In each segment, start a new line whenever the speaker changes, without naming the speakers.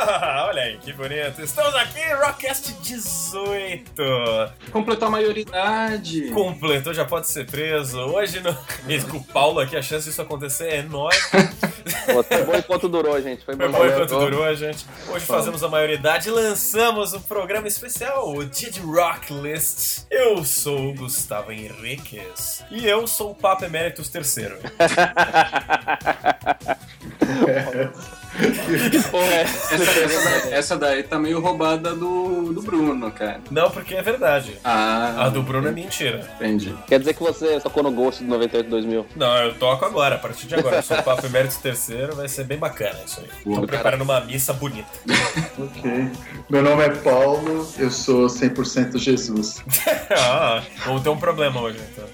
Ah, Olha aí, que bonito. Estamos aqui, Rockcast 18.
Completou a maioridade.
Completou, já pode ser preso. Hoje, no... com o Paulo aqui, a chance disso acontecer é enorme.
Pô, foi bom enquanto durou, gente. Foi,
Foi bom enquanto durou, gente. Hoje fazemos a maioridade e lançamos um programa especial, o Did Rock List. Eu sou o Gustavo Henriquez e eu sou o Papa Emeritus III.
Porra, é.
Essa, essa daí, essa daí tá meio roubada do, do Bruno, cara.
Não, porque é verdade.
Ah,
A do Bruno é mentira.
entendi.
Quer dizer que você tocou no Ghost do 98 2000.
Não, eu toco agora, a partir de agora. Eu sou o Papa Emeritus III, vai ser bem bacana isso aí. Tô
Boa,
preparando uma missa bonita.
Ok. Meu nome é Paulo, eu sou 100% Jesus.
ah, vamos ter um problema hoje, então.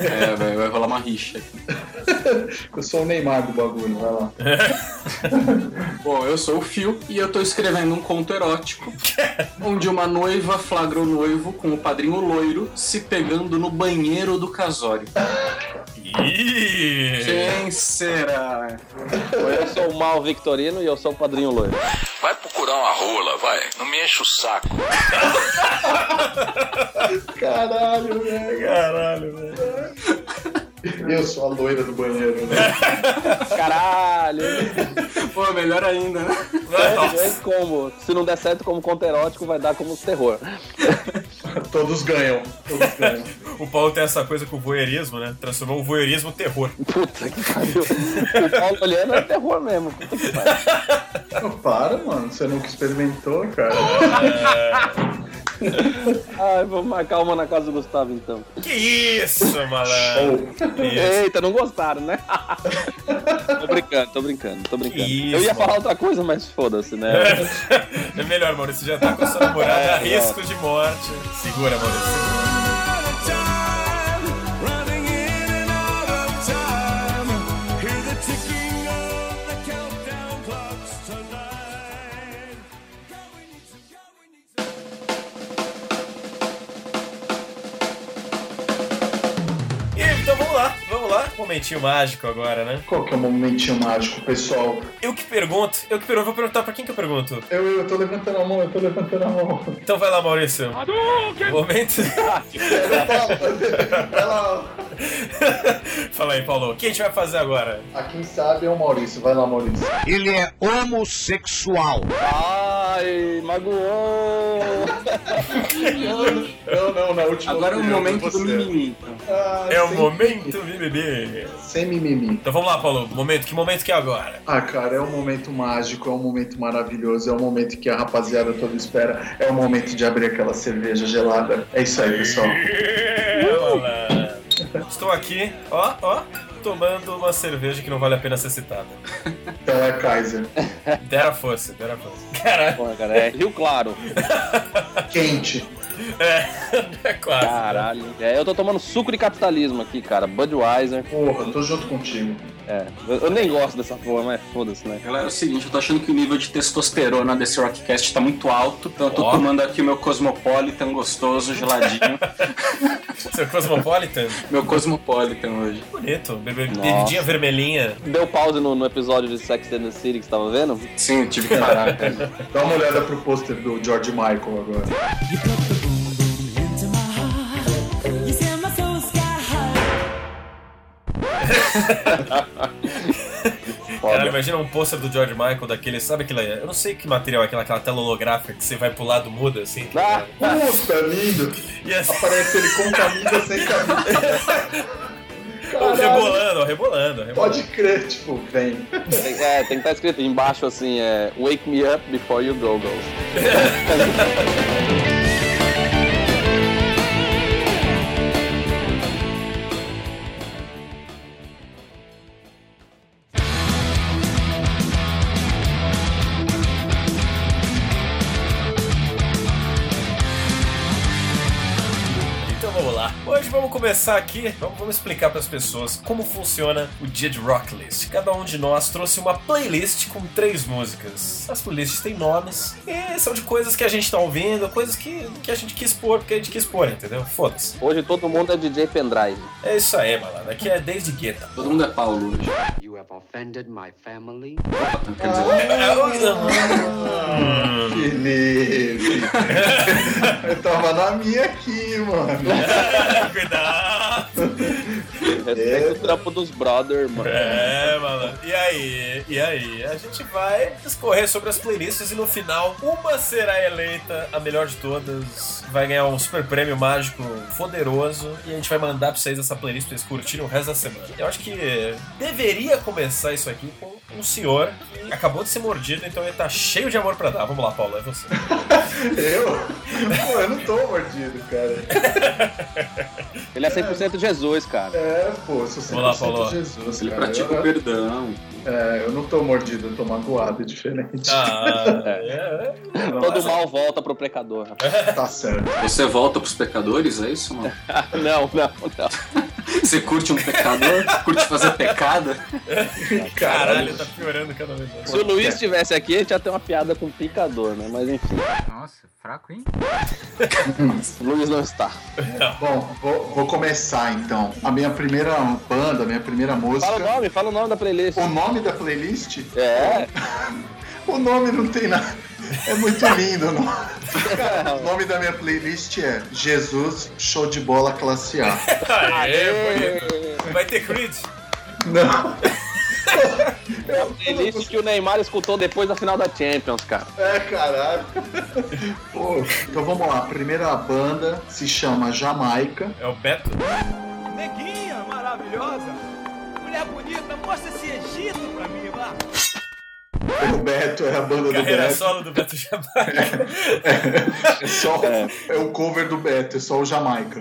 É, vai, vai rolar uma rixa.
Eu sou o Neymar do bagulho, vai lá.
Bom, eu sou o Phil e eu tô escrevendo um conto erótico onde uma noiva flagra o noivo com o padrinho loiro se pegando no banheiro do casório.
Ih!
Quem será?
Eu sou o mal Victorino e eu sou o padrinho loiro.
Vai procurar uma rola, vai. Não me enche o saco.
Caralho, velho.
Caralho, velho.
Eu sou a loira do banheiro, né?
Caralho!
Pô, melhor ainda, né?
Dois como. Se não der certo como conto erótico, vai dar como terror.
Todos ganham. Todos ganham.
O Paulo tem essa coisa com o voyeurismo, né? Transformou o voyeurismo em terror.
Puta que pariu. O Paulo olhando é terror mesmo. Puta que pariu.
Não, para, mano. Você nunca experimentou, cara.
Ai, vamos marcar uma na casa do Gustavo então.
Que isso, malandro?
Ou
Que isso?
Eita, não gostaram, né? tô brincando, tô brincando, tô brincando.
Que isso,
eu ia
mano.
falar outra coisa, mas foda-se, né?
É melhor, Maurício, já tá com a sua namorada
É,
a risco de morte. Segura, Maurício. E então vamos lá, vamos lá. Momentinho mágico agora, né?
qual que é o momentinho mágico, pessoal?
Eu que pergunto, eu que pergunto, vou perguntar pra quem que eu pergunto.
Eu, eu tô levantando a mão, eu tô levantando a mão.
Então vai lá, Maurício. Momento.
Vai lá.
Fala aí, Paulo. O que a gente vai fazer agora?
A quem sabe é o Maurício. Vai lá, Maurício.
Ele é homossexual.
Ai, magoou!
Não, não, na última.
Agora é o
opinião
momento
você.
do mimimi, então.
Tá
Ah,
É o
sem-
momento BBB.
Sem mimimi.
Então vamos lá, Paulo. Momento, que momento que é agora?
Ah, cara, é um momento mágico, é um momento maravilhoso, é um momento que a rapaziada toda espera, é o momento de abrir aquela cerveja gelada. É isso aí, pessoal.
Estou aqui, ó, ó, tomando uma cerveja que não vale a pena ser citada.
Então é Kaiser.
Dera fosse, dera fosse. Caralho,
Pô, cara, é Rio Claro.
Quente.
é, é quase.
Caralho. É, eu tô tomando suco de capitalismo aqui, cara. Budweiser.
Porra, tô junto contigo.
É, eu, eu nem gosto dessa porra, mas foda-se, né?
Galera, é o seguinte, eu tô achando que o nível de testosterona desse Rockcast tá muito alto, então eu tô
Ó.
tomando aqui o meu Cosmopolitan gostoso, geladinho.
Seu Cosmopolitan,
meu Cosmopolitan hoje.
bonito. Bebe-
Nossa.
Bebidinha vermelhinha.
Deu pause no, no episódio de Sex and the City que você tava vendo?
Sim, eu tive que parar, cara.
Dá uma olhada pro pôster do George Michael agora.
Caralho,
Foda.
imagina um pôster do George Michael daquele, sabe aquela. Eu não sei que material é aquela, aquela tela holográfica que você vai pro lado muda, assim.
Ah, tá
Puta, lindo.
E assim,
Aparece ele com camisa, sem camisa. Caralho,
rebolando, ó, rebolando, rebolando.
pode crer, tipo, vem.
tem, é, tem que estar escrito embaixo assim, é Wake me up before you go, girls.
Então vamos lá. Hoje vamos começar aqui, vamos, vamos explicar para as pessoas como funciona o dia de rock list. Cada um de nós trouxe uma playlist com três músicas. As playlists têm nomes e são de coisas que a gente tá ouvindo, coisas que, que a gente quis pôr, porque a gente quis pôr, entendeu? Foda-se.
Hoje todo mundo é DJ pendrive.
É isso aí, malandro. Aqui é desde Guetta.
Todo mundo é Paulo hoje.
E o é
have offended my family.
Quer dizer,
Felipe. Eu tava na minha aqui, mano.
Cuidado!
Respeita É o trampo dos brother, mano.
É, mano. E aí? E aí? A gente vai discorrer sobre as playlists e no final, uma será eleita a melhor de todas. Vai ganhar um super prêmio mágico poderoso. E a gente vai mandar pra vocês essa playlist pra vocês curtirem o resto da semana. Eu acho que deveria começar isso aqui com um senhor que acabou de ser mordido, então ele tá cheio de amor pra dar. Vamos lá, Paulo, é você.
Eu? Pô, eu não tô mordido, cara.
Ele é 100% Jesus, cara.
É, pô, eu sou
Olá, Paulo.
100% Jesus,
Ele
cara.
pratica o
Eu,
perdão.
é, eu não tô mordido, eu tô magoado, é diferente.
Ah, é, é.
Todo mal volta pro pecador.
Tá certo.
Você volta pros pecadores, é isso, mano?
não, não, não.
Você curte um pecador? Curte fazer pecada?
Caralho, tá piorando cada vez mais.
Se o Luiz estivesse aqui, ele já tem uma piada com picador, né? Mas enfim,
Nossa, fraco, hein?
o Luiz não está.
Bom, vou, vou começar então. A minha primeira banda, a minha primeira
Fala o
música.
nome, fala o nome da playlist.
O nome da playlist?
É,
O nome não tem nada. É muito lindo o nome. O nome da minha playlist é Jesus Show de Bola Classe A.
Aê, bonito. Vai ter Creed?
Não,
playlist que o Neymar escutou depois da final da Champions, cara.
é caralho. Pô, então vamos lá. A primeira banda se chama Jamaica.
É o Beto?
Neguinha maravilhosa, mulher bonita, mostra esse Egito pra mim, vá.
O Beto é a banda do
Carreira
Beto.
solo do Beto Jamaica.
É, só, é o cover do Beto, é só o Jamaica.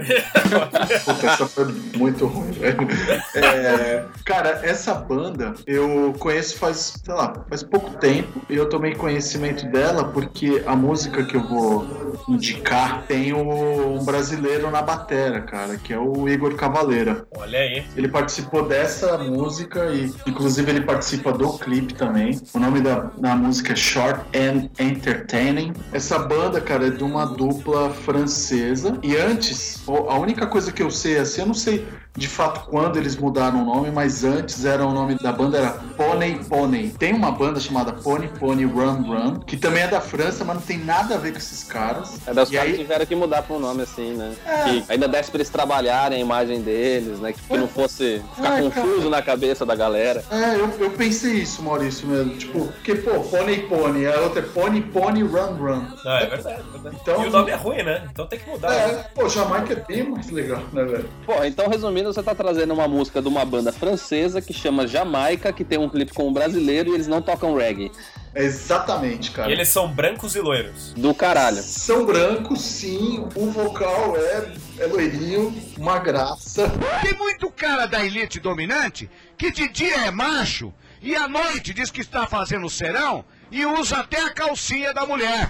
Puta, essa foi muito ruim, velho. É, cara, essa banda eu conheço faz, sei lá, faz pouco tempo. E eu tomei conhecimento dela porque a música que eu vou indicar tem o- um brasileiro na batera, cara, que é o Igor Cavaleira.
Olha aí.
Ele participou dessa música e, inclusive, ele participa do clipe também. O nome da, da música é Short and Entertaining. Essa banda, cara, é de uma dupla francesa. E antes, o- a única coisa que eu sei, assim, eu não sei de fato quando eles mudaram o nome, mas antes era o nome da banda era Pony Pony. Tem uma banda chamada Pony Pony Run Run, que também é da França, mas não tem nada a ver com esses caras.
É das
E
caras
aí- É.
que tiveram que mudar pro nome, assim, né? Que ainda desse pra eles trabalharem a imagem deles, né? Que não fosse ficar
Ai,
confuso na cabeça da galera.
É, eu, eu pensei isso, Maurício, mesmo. Tipo, porque, pô, Pony Pony, a outra é Pony Pony Run Run.
Não, é verdade, é verdade.
Então-
E o nome é ruim, né? Então tem que mudar.
É,
né?
pô, Jamaica é bem mais legal, né, velho?
Pô, então resumindo, você tá trazendo uma música de uma banda francesa que chama Jamaica, que tem um clipe com um brasileiro e eles não tocam reggae.
É exatamente, cara.
E eles são brancos e loiros.
Do caralho.
São brancos, sim, o vocal é, é loirinho, uma graça.
Tem muito cara da elite dominante que de dia é macho e à noite diz que está fazendo serão e usa até a calcinha da mulher.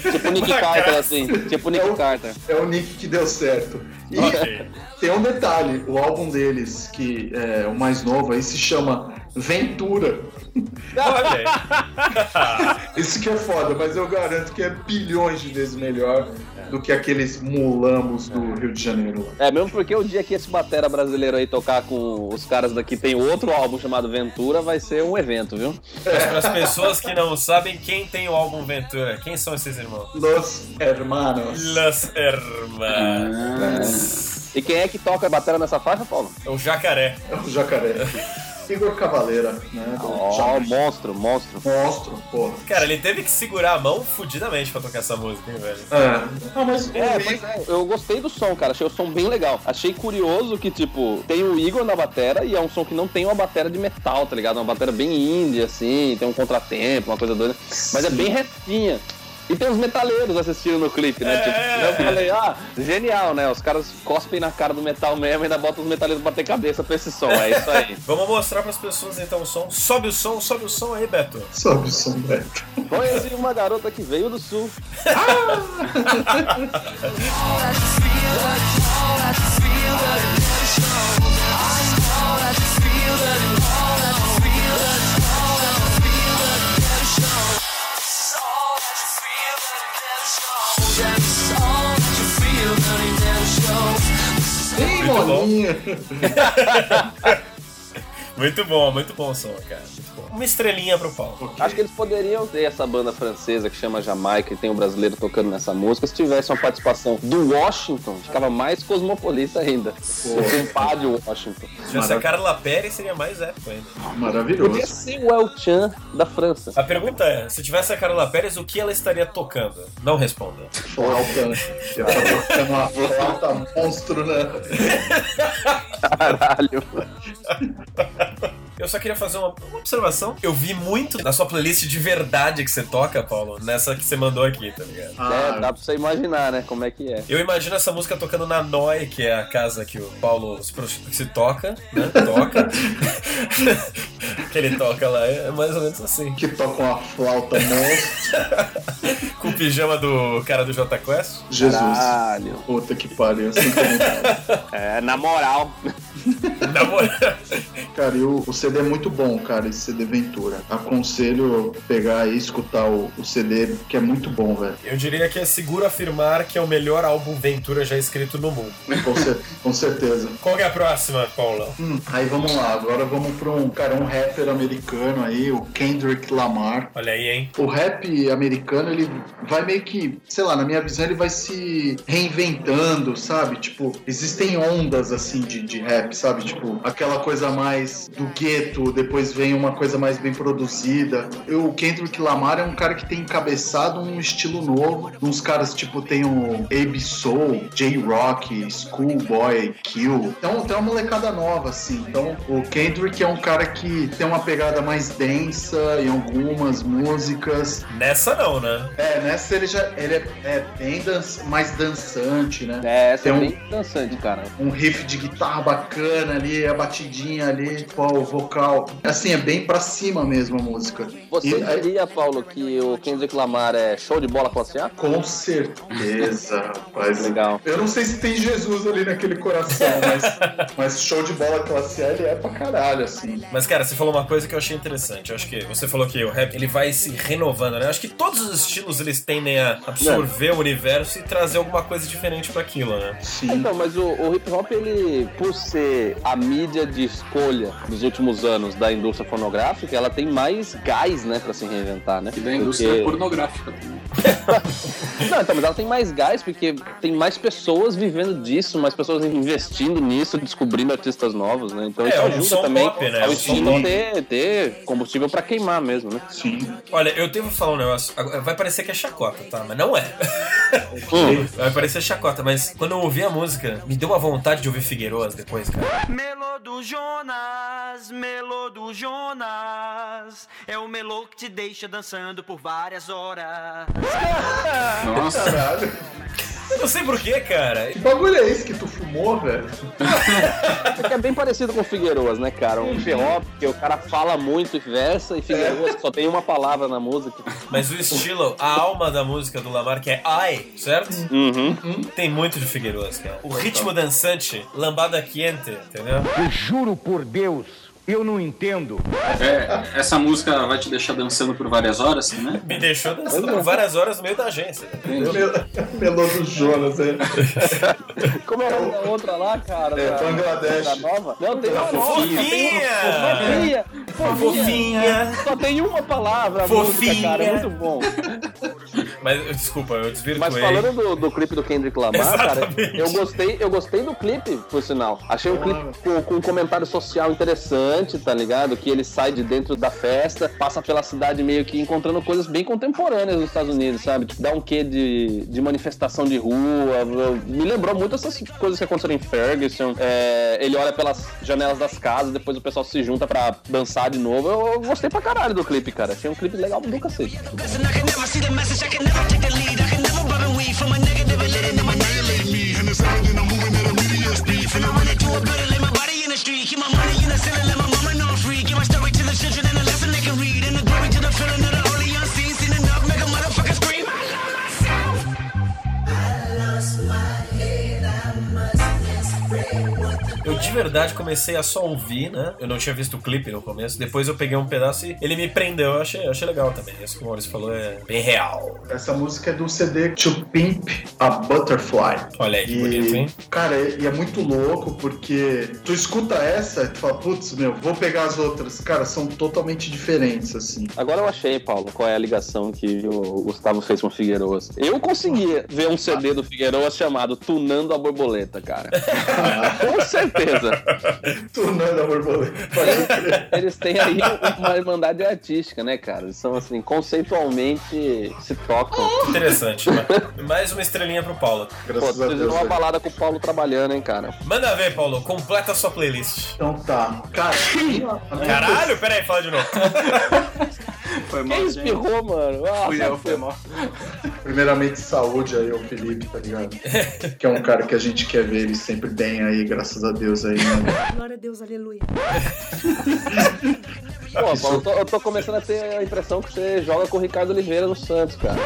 Tipo Nick
Uma
Carter,
graça.
assim. Tipo Nick
Eu-
Carter.
É o nick que deu certo. E
Ok.
tem um detalhe, o álbum deles, que é o mais novo aí, se chama Ventura.
Ok.
Isso que é foda, mas eu garanto que é bilhões de vezes melhor do que aqueles mulambos do Rio de Janeiro lá.
É, mesmo porque o dia que esse batera brasileiro aí tocar com os caras daqui tem outro álbum chamado Ventura, vai ser um evento, viu?
Mas para as pessoas que não sabem, quem tem o álbum Ventura? Quem são esses irmãos?
Los Hermanos.
Las Hermanas.
E quem é que toca batera nessa faixa, Paulo?
É o jacaré.
É o jacaré. Igor Cavaleira, né? do
Ah, Ó,
Jamaica.
monstro, monstro.
Monstro, porra.
Cara, ele teve que segurar a mão fudidamente pra tocar essa música, hein, velho?
É. Não, mas
É,
o
pois
Igor-
é, eu gostei do som, cara. Achei o som bem legal. Achei curioso que, tipo, tem o Igor na batera e é um som que não tem uma batera de metal, tá ligado? Uma batera bem indie, assim, tem um contratempo, uma coisa doida. Mas é bem retinha. E tem os metaleiros assistindo no clipe, né? Tipo, eu falei, ah, genial, né? Os caras cospem na cara do metal mesmo e ainda botam os metaleiros pra ter cabeça pra esse som. É isso aí.
Vamos mostrar pras pessoas então o som. Sobe o som, sobe o som aí, Beto.
Sobe o som, velho.
Conheci uma garota que veio do sul.
Bem
Muito bom.
molinha.
Muito bom, muito bom o som, cara. Muito bom. Uma estrelinha pro Paulo.
Acho que eles poderiam ter essa banda francesa que chama Jamaica e tem um brasileiro tocando nessa música. Se tivesse uma participação do Washington, ficava mais cosmopolita ainda. O compadre Washington.
Se tivesse a Carla Pérez, seria mais épico ainda.
Podia
Maravilhoso.
ser o El Chan da França.
A pergunta é, se tivesse a Carla Pérez, o que ela estaria tocando? Não responda.
Flauta. Já tá tocando uma flauta monstro, né?
Caralho.
Eu só queria fazer uma, uma observação. Eu vi muito na sua playlist de verdade que você toca, Paulo, nessa que você mandou aqui, tá ligado?
Ah.
É, dá pra você imaginar, né? Como é que é.
Eu imagino essa música tocando na Noi, que é a casa que o Paulo se, prost- se toca, né? Toca. que ele toca lá, é mais ou menos assim.
que toca uma flauta monstro.
Com o pijama do cara do J Quest.
Jesus.
Caralho.
Puta que pariu, sem comentário.
É, na moral.
Na moral.
Cara, e o, o CD é muito bom, cara, esse CD Ventura. Aconselho pegar e escutar o, o CD, que é muito bom, velho.
Eu diria que é seguro afirmar que é o melhor álbum Ventura já escrito no mundo.
Com, cer- com certeza.
Qual que é a próxima, Paulão?
Hum, aí vamos lá, agora vamos pra um, cara, um rapper americano aí, o Kendrick Lamar.
Olha aí, hein?
O rap americano, ele vai meio que, sei lá, na minha visão, ele vai se reinventando, sabe? Tipo, existem ondas, assim, de, de rap, sabe? Tipo, aquela coisa mais do gueto, depois vem uma coisa mais bem produzida. Eu, o Kendrick Lamar é um cara que tem encabeçado um estilo novo. Uns caras, tipo, tem o Abe Soul, J-Rock, Schoolboy, Kill. Então, tem uma molecada nova, assim. Então, o Kendrick é um cara que tem uma pegada mais densa em algumas músicas.
Nessa não, né?
É, nessa ele já ele é, é bem danç- mais dançante, né?
É, essa
Tem
é
um-
bem dançante, cara.
Um riff de guitarra bacana ali, a batidinha ali, qual o vocal. Assim, é bem pra cima mesmo a música.
Você
E- aí-
diria, Paulo, que o Kendrick Lamar é show de bola classe A?
Com certeza, rapaz.
Legal.
Eu não sei se tem Jesus ali naquele coração, mas, mas show de bola classe A ele é pra caralho, assim.
Mas, cara, você falou uma coisa que eu achei interessante. Eu acho que você falou que o rap ele vai se renovando, né? Eu acho que todos os estilos eles tendem a absorver o universo e trazer alguma coisa diferente pra aquilo, né?
Sim.
Então, mas o, o hip hop, ele, por ser a mídia de escolha dos últimos anos da indústria fonográfica, ela tem mais gás, né, pra se reinventar, né?
E da indústria
Porque-
pornográfica também.
Não, então, mas ela tem mais gás porque tem mais pessoas vivendo disso, mais pessoas investindo nisso, descobrindo artistas novos, né? Então
É,
isso
é um
ajuda
som
também
pop, né? É
ao
um
som
estilo ter, ter combustível pra queimar mesmo, né?
Sim.
Olha, eu devo falar um negócio. Agora, Vai parecer que é chacota, tá? Mas não é.
Hum,
Vai parecer chacota, mas quando eu ouvi a música, me deu uma vontade de ouvir Figueiroas depois, cara.
Melô do Jonas, melô do Jonas. É o melô que te deixa dançando por várias horas.
Nossa,
Caralho.
Eu não sei porquê, cara.
Que bagulho é esse que tu fumou, velho?
isso aqui é bem parecido com o Figueiroas, né, cara?
Uhum.
Um hip hop que o cara fala muito e versa, e Figueiroas
É.
só tem uma palavra na música.
Mas o estilo, a alma da música do Lamar, que é I, certo?
Uhum.
Tem muito de Figueiroas, cara. O ritmo dançante, lambada quente, entendeu?
Eu juro por Deus, eu não entendo.
é, essa música vai te deixar dançando por várias horas, né?
Me deixou dançando por várias horas no meio da agência.
Mel- Melô do Jonas, é.
Como
é?
era a outra lá, cara?
É,
da-
Bangladesh.
da nova? Não, tem uma nova.
Fofinha!
Fofinha!
Fofinha!
Só tem uma palavra, a música, cara. É
Fofinha.
muito bom.
Mas, eu- desculpa, eu desvirtuei.
Mas falando do, do clipe do Kendrick Lamar, cara,
Exatamente.
eu gostei, eu gostei do clipe, por sinal. Achei um clipe com, com um comentário social interessante, tá ligado? Que ele sai de dentro da festa, passa pela cidade meio que encontrando coisas bem contemporâneas nos Estados Unidos, sabe? Tipo, dá um quê de, de manifestação de rua. Me lembrou muito essas coisas que aconteceram em Ferguson. É, ele olha pelas janelas das casas, depois o pessoal se junta pra dançar de novo. Eu, eu gostei pra caralho do clipe, cara. Achei um clipe legal do cacete.
Listen, I can never see the message, I can never take the lead. I can never rub and weave from a negative and let it annihilate me. And it's happening, I'm moving at a media speed. Finna run into a building, let my body in the street. Keep my money in the ceiling, let my mama know I'm free. Give my story to the children and a lesson they can read. And the glory to the feeling of the only unseen. Seen enough, make a motherfucker scream. I love myself. I lost my head, I must
Eu de verdade comecei a só ouvir, né? Eu não tinha visto o clipe no começo. Depois eu peguei um pedaço e ele me prendeu. Eu achei, eu achei legal também. Isso que o Maurício falou é bem real.
Essa música é do CD To Pimp a Butterfly.
Olha aí, que
E,
bonito, hein?
Cara, e é muito louco porque tu escuta essa e tu fala, putz, meu, vou pegar as outras. Cara, são totalmente diferentes, assim.
Agora eu achei, Paulo, qual é a ligação que o Gustavo fez com o Figueiroas. Eu consegui ver um CD do Figueiroas chamado Tunando a Borboleta, cara. com certeza.
Tornando a borboleta. né, Pode crer.
Eles têm aí uma irmandade artística, né, cara? Eles são, assim, conceitualmente se tocam.
Interessante. né? Mais uma estrelinha pro Paulo.
Pô,
Graças
tô
a
fazendo
Deus.
uma
velho.
balada com o Paulo trabalhando, hein, cara.
Manda ver, Paulo. Completa a sua playlist.
Então tá. Cara, a minha
Caralho, peraí, fala de novo. Tá
Foi mal,
Quem
gente.
espirrou, mano? Ah,
Fui eu, foi mal.
Primeiramente, saúde aí ao Felipe, tá ligado? Que é um cara que a gente quer ver ele sempre bem aí, graças a Deus aí. Né?
Glória a Deus, aleluia.
Pô, Paulo, eu tô, eu tô começando a ter a impressão que você joga com o Ricardo Oliveira no Santos, cara.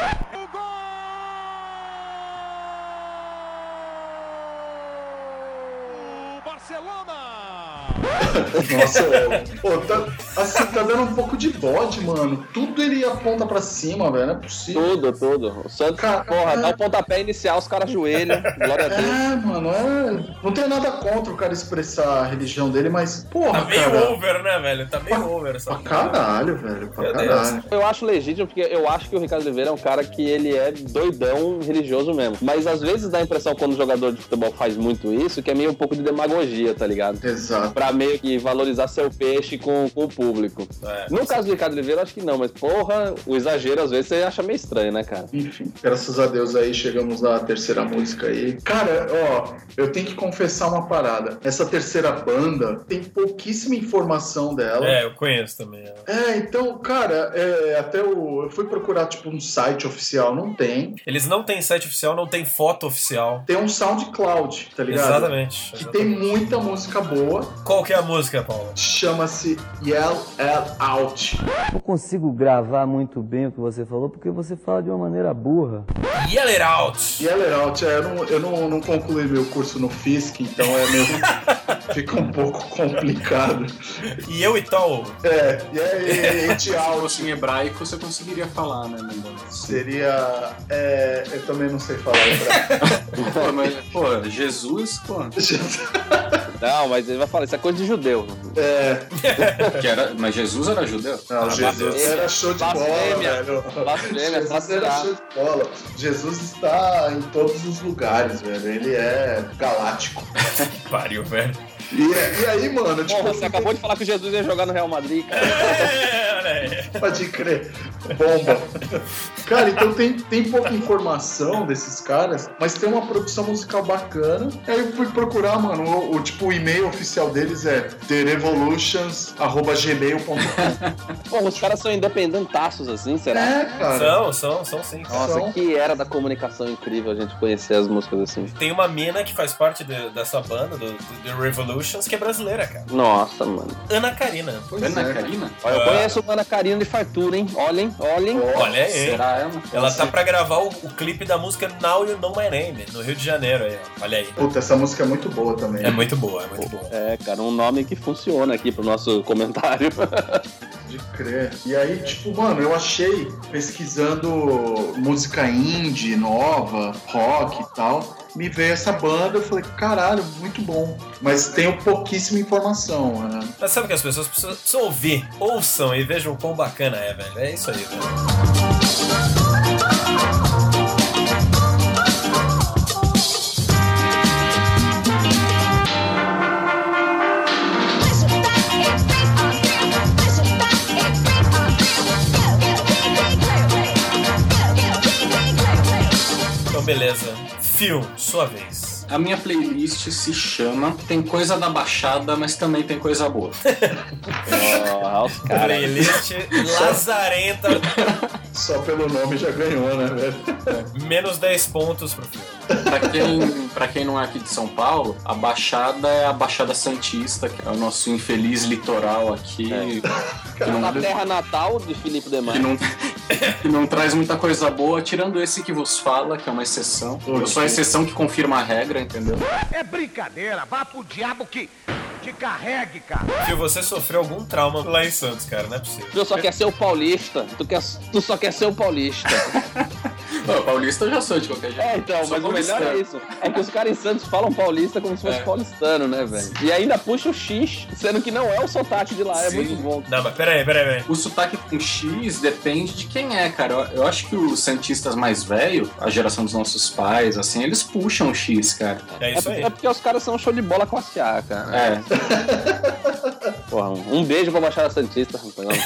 Nossa, é. Pô, tá, assim, tá dando um pouco de bode, mano. Tudo ele aponta pra cima, velho. Não é possível.
Tudo, tudo. O Santos,
Cara,
porra,
é.
dá o pontapé inicial, os caras ajoelham. Glória a Deus.
É, mano, é. Não tenho nada contra o cara expressar a religião dele, mas,
Tá
porra,
meio
cara.
over, né, velho? Tá meio over essa
Pra caralho, velho. Pra
Meu Deus.
caralho.
Eu acho legítimo, porque eu acho que o Ricardo Oliveira é um cara que ele é doidão religioso mesmo. Mas às vezes dá a impressão, quando o jogador de futebol faz muito isso, que é meio um pouco de demagogia, tá ligado?
Exato.
Pra meio que valorizar seu peixe com, com o público.
É.
No caso do Ricardo Oliveira, acho que não, mas porra, o exagero às vezes você acha meio estranho, né, cara?
Enfim, graças a Deus aí chegamos na terceira música aí. Cara, ó, eu tenho que confessar uma parada. Essa terceira banda tem pouquíssima informação dela.
É, eu conheço também. é.
É, então, cara, é, até o. Eu fui procurar, tipo, um site oficial, não tem.
Eles não têm site oficial, não tem foto oficial.
Tem um SoundCloud, tá ligado?
Exatamente.
Que tem muita música boa,
Qual que é a música, Paulo?
chama-se Yell It Out.
Não consigo gravar muito bem o que você falou porque você fala de uma maneira burra.
Yell It Out!
Yell It Out, é, eu, não, eu não, não concluí meu curso no Fisk, então é meio. fica um pouco complicado.
E eu e tal.
É, Yell It
Se
Out.
fosse em hebraico, você conseguiria falar, né, Mendonça?
Seria. É, eu também não sei falar hebraico.
Pô, mas, pô, Jesus, pô.
Não, mas ele vai falar, isso é coisa de judeu.
É,
Que era, mas Jesus era judeu?
não, Jesus era show de bola,
Ah, Blasfêmia.
velho.
Blasfêmia,
Jesus era
blasfêmia.
show de bola. Jesus está em todos os lugares, velho. Ele é galáctico.
Pariu, velho.
E, e aí, mano, tipo,
Porra, você acabou de falar que o Jesus ia jogar no Real Madrid, cara.
É, olha aí.
Pode crer. Bomba. Cara, então tem, tem pouca informação desses caras, mas tem uma produção musical bacana. Aí eu fui procurar, mano, o, o tipo, o e-mail oficial deles é therevolutions.gmail.com.
Porra, os caras são independentaços assim, será?
É, cara.
São, são, são sim.
Nossa,
São.
que era da comunicação incrível a gente conhecer as músicas assim.
Tem uma mina que faz parte de- dessa banda, do, do The Revolutions, que é brasileira, cara.
Nossa, mano.
Ana Karina.
Pois
Ana
é.
Karina?
Olha, eu
Ah.
conheço o Ana Karina de fartura, hein? Olhem, olhem.
Olha aí.
Será ela?
Ela tá pra gravar o, o clipe da música Now You Know My Name, no Rio de Janeiro aí, ó. Olha aí.
Puta, essa música é muito boa também.
É muito boa, é muito boa.
É, cara, um nome que funciona aqui pro nosso comentário.
De crer. E aí, tipo, mano, eu achei pesquisando música indie, nova, rock e tal. Me veio essa banda, eu falei, caralho, muito bom. Mas tenho pouquíssima informação, né?
Mas sabe que as pessoas precisam, precisam ouvir, ouçam e vejam o quão bacana é, velho. É isso aí, velho. Então, beleza. Fio, sua vez.
A minha playlist se chama Tem Coisa da Baixada, mas também tem coisa boa.
Ó, os caras.
Playlist Lazarenta
Só pelo nome já ganhou, né, velho?
Menos 10 pontos pro filme.
Pra quem, pra quem não é aqui de São Paulo, a Baixada é a Baixada Santista, que é o nosso infeliz litoral aqui.
É.
Que, não,
Na terra natal de
que,
Felipe Demar.
não, que não traz muita coisa boa, tirando esse que vos fala, que é uma exceção. Eu sou a exceção que confirma a regra, entendeu?
É brincadeira, vá pro diabo que te carregue, cara.
Porque você sofreu algum trauma lá em Santos, cara, não é possível.
Tu só quer ser o paulista. Tu, quer, tu só quer ser o paulista.
Não, paulista eu já sou de qualquer jeito.
É, então,
Sou
mas o melhor é
paulistano.
isso. É que os caras em Santos falam paulista como se fosse
É.
paulistano, né, velho? E ainda puxa o X, sendo que não é o sotaque de lá. É
Sim.
muito bom.
Não, mas peraí, peraí, peraí.
O sotaque com X depende de quem é, cara. Eu, eu acho que os Santistas mais velhos, a geração dos nossos pais, assim, eles puxam o X, cara.
É isso
É,
aí.
porque- é porque os caras são show de bola classe A, cara.
É.
Porra, um um beijo pra Baixada Santista. rapaz.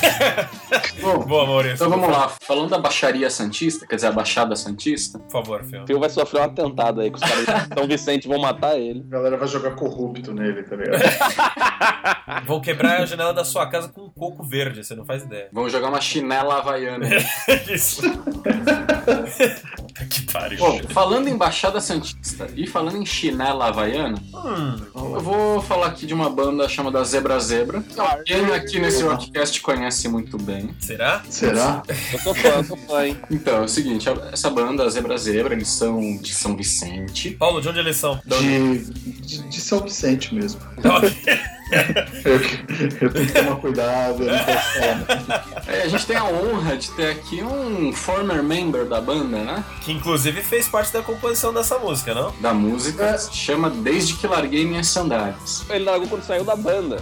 Bom,
Boa, Maurício.
então vamos lá. Falando da Baixaria Santista, quer dizer, a Baixada Santista,
Por favor, filme.
O Fio vai sofrer um atentado aí, que os caras de São Vicente vão matar ele.
A galera vai jogar corrupto nele, tá ligado?
Vão quebrar a janela da sua casa com um coco verde, você não faz ideia.
vamos jogar uma chinela havaiana.
isso. que pariu.
Bom, falando em Baixada Santista e falando em chinela havaiana,
Hum,
eu vou falar aqui de uma banda chamada Zebra Zebra. Quem aqui nesse podcast conhece muito bem.
será?
Será?
Eu sou fã, eu sou fã, hein?
Então, é o seguinte, a- essa banda, a Zebra Zebra, eles são de São Vicente.
Paulo, de onde eles são? Da onde-
De, de, de São Vicente mesmo. Eu, eu tenho que tomar cuidado. eu não posso falar.
É, a gente tem a honra de ter aqui um former member da banda, né?
que inclusive fez parte da composição dessa música, não?
Da música. Se chama Desde que larguei minhas sandálias.
Ele largou quando saiu da banda.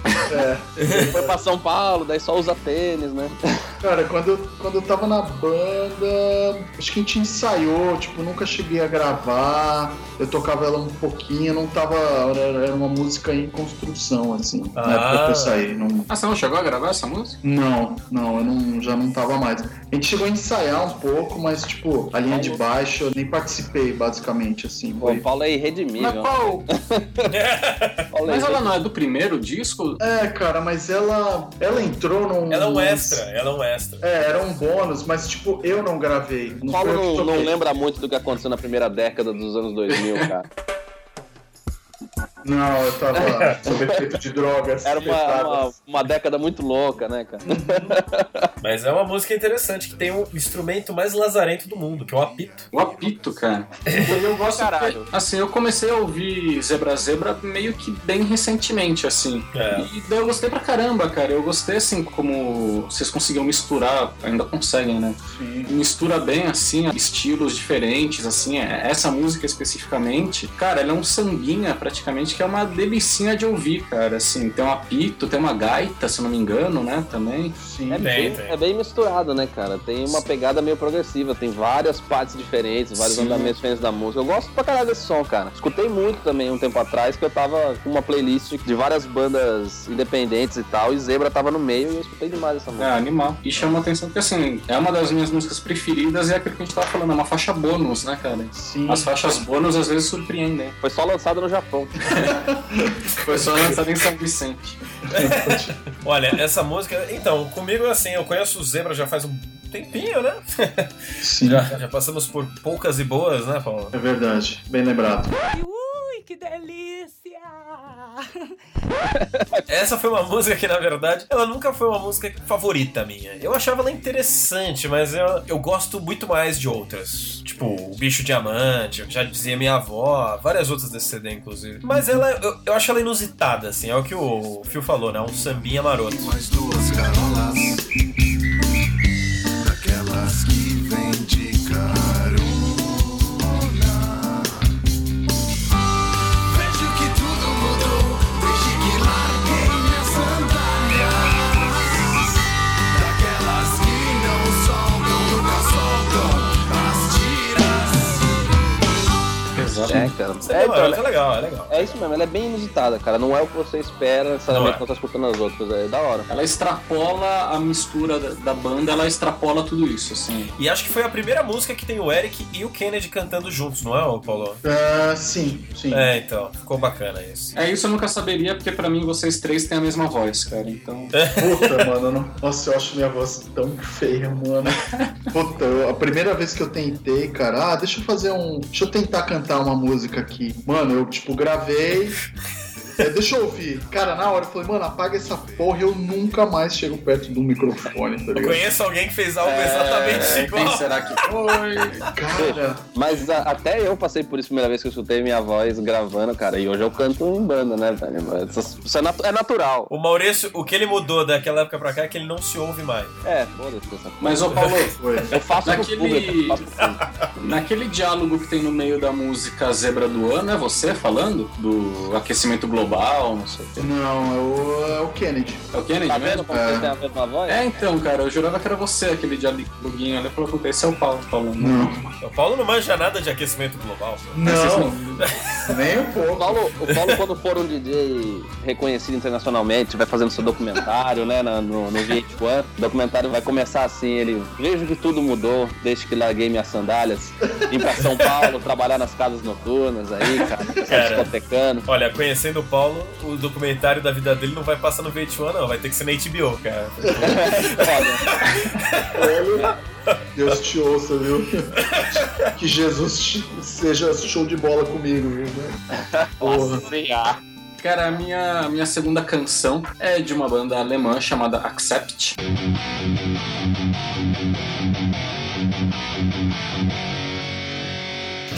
É.
Foi pra São Paulo, daí só usa tênis, né?
Cara, quando eu, quando eu tava na banda, acho que a gente ensaiou, tipo, nunca cheguei a gravar. Eu tocava ela um pouquinho, não tava. Era era uma música em construção, assim,
Ah.
na época que eu saí. Não,
Ah, você não chegou a gravar essa música?
Não, não, eu não, já não tava mais. A gente chegou a ensaiar um pouco, mas tipo, a linha de baixo eu nem participei, basicamente, assim.
Pô, o
Foi.
Paulo é irredimível.
Mas qual?
Paulo é
Mas ela não é do primeiro disco?
É, cara, mas ela, ela entrou num.
Ela é um extra, ela é um extra.
É, era um bônus, mas tipo, eu não gravei. Não
Paulo
foi eu que
não, não
toquei.
lembra muito do que aconteceu na primeira década dos anos 2000, cara.
Não, eu tava sob efeito de drogas.
Era uma, uma,
pesadas.
uma década muito louca, né, cara?
Mas é uma música interessante que tem o instrumento mais lazarento do mundo, que é o apito.
O apito, cara. Eu gosto.
Caralho.
porque, Assim, eu comecei a ouvir Zebra Zebra meio que bem recentemente, assim.
É.
E daí eu gostei pra caramba, cara. Eu gostei assim como vocês conseguiam misturar, ainda conseguem, né? Mistura bem assim, estilos diferentes, assim, é- essa música especificamente. Cara, ela é um sambinha praticamente que é uma delicinha de ouvir, cara. Assim, tem um apito, tem uma gaita, se eu não me engano, né? Também.
Sim.
É bem,
tem.
é bem misturado, né, cara? Tem uma pegada meio progressiva, tem várias partes diferentes, vários
Sim.
andamentos diferentes da música. Eu gosto pra caralho desse som, cara. Escutei muito também um tempo atrás, que eu tava com uma playlist de várias bandas independentes e tal, e Zebra tava no meio e eu escutei demais essa
É
música.
animal. E chama atenção porque assim, é uma das minhas músicas preferidas e é aquilo que a gente tava falando, é uma faixa bônus, né, cara?
Sim.
As faixas bônus às vezes surpreendem.
É.
Foi só lançada no Japão.
Foi só lançada em São Vicente.
Olha, essa música. Então, comigo é assim, eu conheço o Zebra já faz um tempinho, né?
Sim.
Já, já passamos por poucas e boas, né, Paulo?
É verdade, bem lembrado.
Ui, que delícia!
Essa foi uma música que, na verdade, ela nunca foi uma música favorita minha. Eu achava ela interessante, mas eu, eu gosto muito mais de outras. Tipo, o Bicho Diamante, eu já dizia minha avó, várias outras desse CD, inclusive. Mas ela, eu, eu acho ela inusitada, assim, é o que o Phil falou, né? Um sambinha maroto.
Mais duas carolas, daquelas que vem de carona. Vejo que tudo mudou desde que larguei minhas sandálias. Daquelas que não soltam, nunca soltam as tiras.
Exato.
É, cara.
Isso é,
então,
legal,
ela-
isso é legal, é legal.
é isso mesmo, ela é bem inusitada, cara. Não é o que você espera necessariamente
Não é.
quando tá escutando as outras. É da hora.
Ela extrapola a mistura da, da banda, ela extrapola tudo isso, assim.
E acho que foi a primeira música que tem o Eric e o Kennedy cantando juntos, não é, ô Paulo?
Ah, sim, sim.
É, então, ficou bacana isso.
É isso eu nunca saberia, porque pra mim vocês três têm a mesma voz, cara. Então.
Puta, mano, eu não- nossa, eu acho minha voz tão feia, mano. Puta, eu- a primeira vez que eu tentei, cara, ah, deixa eu fazer um. Deixa eu tentar cantar uma música aqui. Mano, eu, tipo, gravei. é, deixa eu ouvir. Cara, na hora eu falei, mano, apaga essa porra, eu nunca mais chego perto do microfone, tá
Eu
ligado?
conheço alguém que fez algo
é,
exatamente
Quem
igual.
será que foi?
Cara,
Mas a- até eu passei por isso a primeira vez que eu escutei minha voz gravando, cara. E hoje eu canto em banda, né, velho? Mas Isso isso é, natu- é natural.
O Maurício, o que ele mudou daquela época pra cá é que ele não se ouve mais.
É, foda-se. essa porra.
Mas, ô Paulo,
foi.
Eu faço
Naquele-
pro público. eu faço pro público.
naquele diálogo que tem no meio da música Zebra do Ano, é você falando? Do aquecimento global, não sei o quê.
Não, é o, é o Kennedy.
É o Kennedy
Tá vendo
mesmo?
como
É.
você tem a mesma voz?
É, então, cara, eu jurava que era você aquele dialoguinho ali. Eu falei, puta, esse é o Paulo falando.
Não.
O Paulo não manja nada de aquecimento global. pô.
Não, nem um
O
pouco.
Paulo, o Paulo, quando for um DJ reconhecido internacionalmente, vai fazendo seu documentário, né, na- no, no VH1. O documentário vai começar assim, ele... Vejo que tudo mudou desde que larguei minhas sandálias. Vim pra São Paulo trabalhar nas casas noturnas aí, cara. pessoal
Cara.
discotecando.
Olha, conhecendo o Paulo, o documentário da vida dele não vai passar no VH1, não. Vai ter que ser na HBO, cara.
Foda.
Deus te ouça, viu? Que Jesus te- seja show de bola comigo, viu? Porra.
Cara, a minha, a minha segunda canção é de uma banda alemã chamada Accept.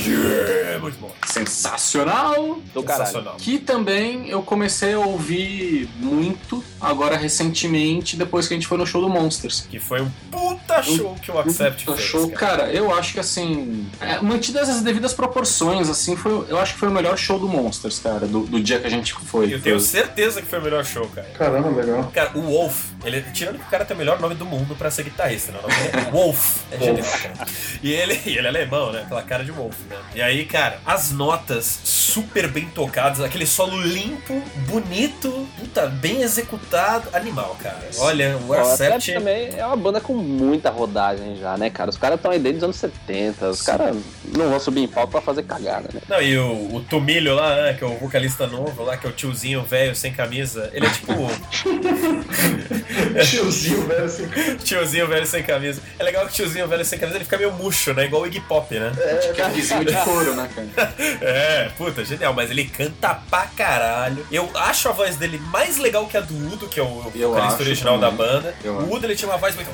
É muito bom.
Sensacional!
Do caralho.
Sensacional.
Que também eu comecei a ouvir muito agora recentemente, depois que a gente foi no show do Monsters.
Que foi um puta show que o Accept
Puta
fez.
show,
cara.
cara. eu acho que assim, é, mantidas as devidas proporções, assim, foi, eu acho que foi o melhor show do Monsters, cara, do, do dia que a gente foi.
Eu tenho certeza que foi o melhor show, cara.
Caramba, legal.
Cara, o Wolf, ele, tirando que o cara tem o melhor nome do mundo pra ser guitarrista, né? O nome dele é Wolf. É genial, cara. E ele, e ele é alemão, né? Aquela cara de Wolf, né? E aí, cara, as notas super bem tocadas, aquele solo limpo, bonito, puta, bem executado, animal, cara. Olha, o
Ó, a Accept
Accept.
também é uma banda com muita rodagem já, né, cara? Os caras estão aí desde os anos 70. Os caras não vão subir em palco pra fazer cagada, né?
Não, e o, o Tomilho lá, né, que é o vocalista novo lá, que é o tiozinho velho sem camisa, ele é tipo
Tiozinho, velho, assim.
tiozinho velho sem camisa. É legal que o tiozinho velho sem camisa ele fica meio murcho, né? Igual o Iggy Pop, né?
Que é vizinho de couro, né, cara?
É, puta, genial, mas ele canta pra caralho. Eu acho a voz dele mais legal que a do Udo, que é o
Eu
vocalista
acho
original da
também.
banda.
Eu
o Udo, ele tinha uma voz muito...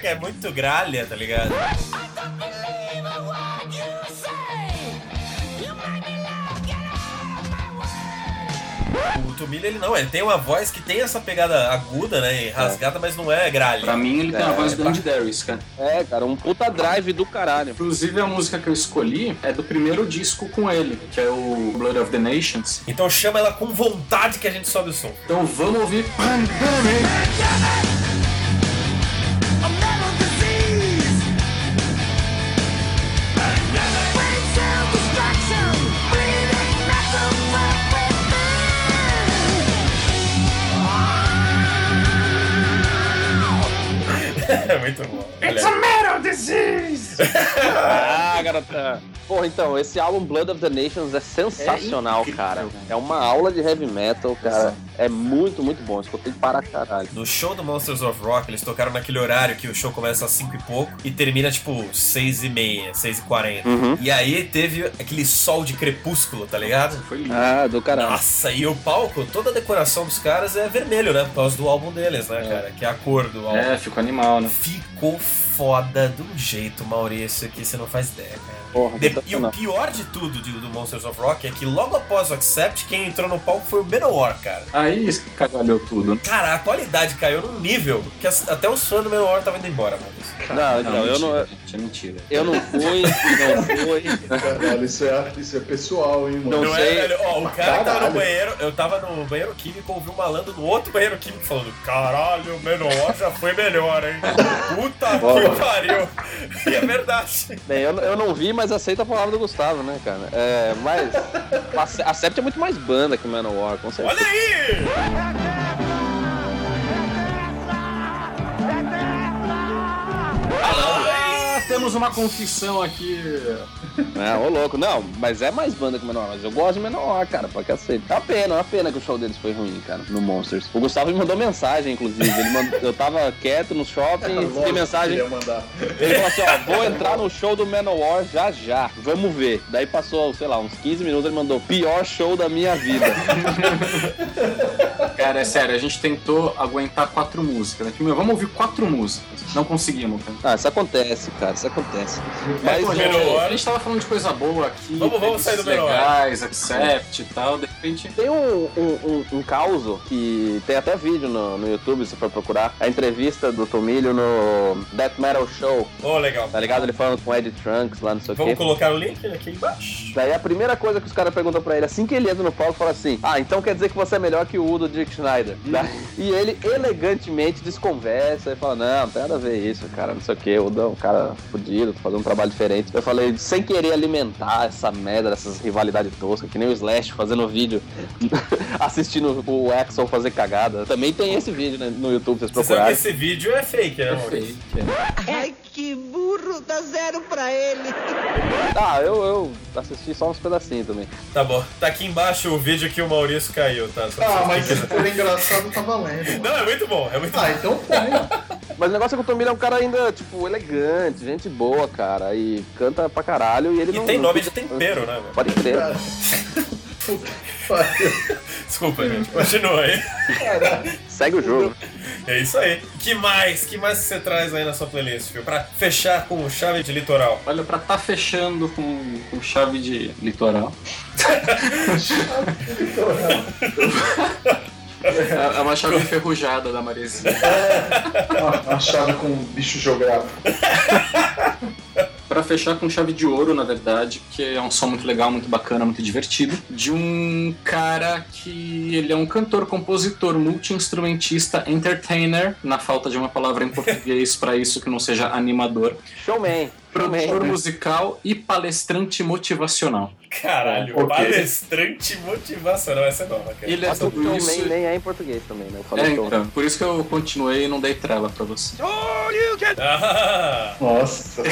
Que é muito gralha, tá ligado? O Tomilho, ele não, ele tem uma voz que tem essa pegada aguda, né, e rasgada, mas não é
Pra
gralha.
mim, ele tem a voz do Andy Darius, cara.
É, cara, um puta drive do caralho.
Inclusive, a música que eu escolhi é do primeiro disco com ele, que é o Blood of the Nations.
Então chama ela com vontade que a gente sobe o som.
Então vamos ouvir Pandemic.
É muito bom. Olha,
Ah, garota. Porra, então, esse álbum Blood of the Nations é sensacional, cara. É uma aula de heavy metal, cara. É muito, muito bom. Escutei para caralho.
No show do Monsters of Rock, eles tocaram naquele horário que o show começa às 5 e pouco e termina tipo 6 e meia, 6 e 40. E aí teve aquele sol de crepúsculo, tá ligado?
Foi lindo.
Ah, do caralho.
Nossa, e o palco, toda a decoração dos caras é vermelho, né? Por causa do álbum deles, né, cara? Que é a cor do álbum.
É, ficou animal, né?
Ficou foda de um jeito, Maurício, que você não faz ideia, cara.
Ah, Porra,
De- E o
sensacional.
pior de tudo de- do Monsters of Rock é que logo após o Accept, quem entrou no palco foi o Menor, cara.
Aí cagalhou tudo. né?
Cara, a qualidade caiu num nível que as- até os fãs do Menor estavam indo embora, Maurício.
Não, então, eu não.
Gente, é mentira.
Eu não fui, não fui.
Caralho, isso é, isso é pessoal, hein, mano.
Não
Não é,
sei.
velho? Ó, o cara que tava no
Caralho.
banheiro, eu tava no banheiro químico, ouvi um malandro no outro banheiro químico falando: caralho, o menor já foi melhor, hein? Puta que pariu. E é verdade.
Bem, eu, eu não vi, mas aceito a a palavra do Gustavo, né, cara? É, mas a Se- a Sept é muito mais banda que Manowar, com certeza.
Olha aí!
Ah, temos uma confissão aqui.
É, ô louco, não, mas é mais banda que Menor, mas eu gosto de Menor, cara, pra cacete. É uma pena, é uma pena que o show deles foi ruim, cara, no Monsters. O Gustavo me mandou mensagem, inclusive. Ele mandou, eu tava quieto no shopping, recebi
é Lógico que
é mensagem.
ia mandar.
Ele falou assim: ó, vou entrar no show do Menor já já, vamos ver. Daí passou, sei lá, uns 15 minutos, ele mandou: pior show da minha vida.
Cara, é sério, a gente tentou aguentar quatro músicas. Né? Tipo, meu, vamos ouvir quatro músicas. Não conseguimos, cara.
Ah, isso acontece, cara, isso acontece. Mas,
Pô,
o
gente,
Menor.
a gente tava falando de coisa boa aqui,
é Vamos- vamos sair do
serviços
Menor.
legais, accept e tal, de repente.
Tem um, um, um, um caos que tem até vídeo no, no YouTube, se for procurar. A entrevista do Tomilho no Death Metal Show,
Ô, legal.
tá ligado? Ele falando com o Ed Trunks lá, não sei o
Vamos
quê.
colocar o link aqui embaixo.
Daí a primeira coisa que os caras perguntam pra ele, assim que ele entra no palco, fala assim: Ah, então quer dizer que você é melhor que o U do Dick Schneider. Daí- E ele elegantemente desconversa e fala: Não, não tem nada a ver isso, cara, não sei o que, o Udo é um cara fodido, tô fazendo um trabalho diferente. Eu falei, sem querer alimentar essa merda dessas rivalidades toscas, que nem o Slash fazendo vídeo, assistindo o Axel fazer cagada. Também tem esse vídeo né, no YouTube, vocês
Você sabe que
procurarem.
esse vídeo é fake, né, amor?
Ai, que burro, dá zero pra ele.
Ah, eu, eu assisti só uns pedacinhos também.
Tá bom. Tá aqui embaixo o vídeo que o Maurício caiu, tá? Só pra
Ah,
vocês
mas se
ficarem-
for engraçado, tá valendo.
Não,
mano.
é muito bom, é muito
Ah,
bom.
então põe.
Mas o negócio é que o Tomilho é um cara ainda, tipo, elegante, gente boa, cara, e canta pra caralho e ele
E
não.
tem
não
nome de
cuida-
tempero, né, velho?
Pode crer.
Cara. Puta que pariu.
Desculpa, gente. Continua aí.
Segue o jogo.
É isso aí. Que mais? Que mais que você traz aí na sua playlist, viu? Pra fechar com chave de litoral.
Olha, pra tá fechando com, com chave de litoral. É é uma chave enferrujada da Maresia.
Uma chave com um bicho geográfico.
Pra fechar com chave de ouro, na verdade, que é um som muito legal, muito bacana, muito divertido, de um cara que ele é um cantor, compositor, multi-instrumentista, entertainer, na falta de uma palavra em português pra isso que não seja animador,
Showman. Showman.
produtor musical e palestrante motivacional.
Caralho,
Ok.
palestrante motivacional. Essa é nova, cara.
Ele é
Mas o
tudo
showman
isso.
nem é em português também, né? Eu falei
É,
showman.
então, por isso que eu continuei e não dei trela pra você.
Ah,
Nossa.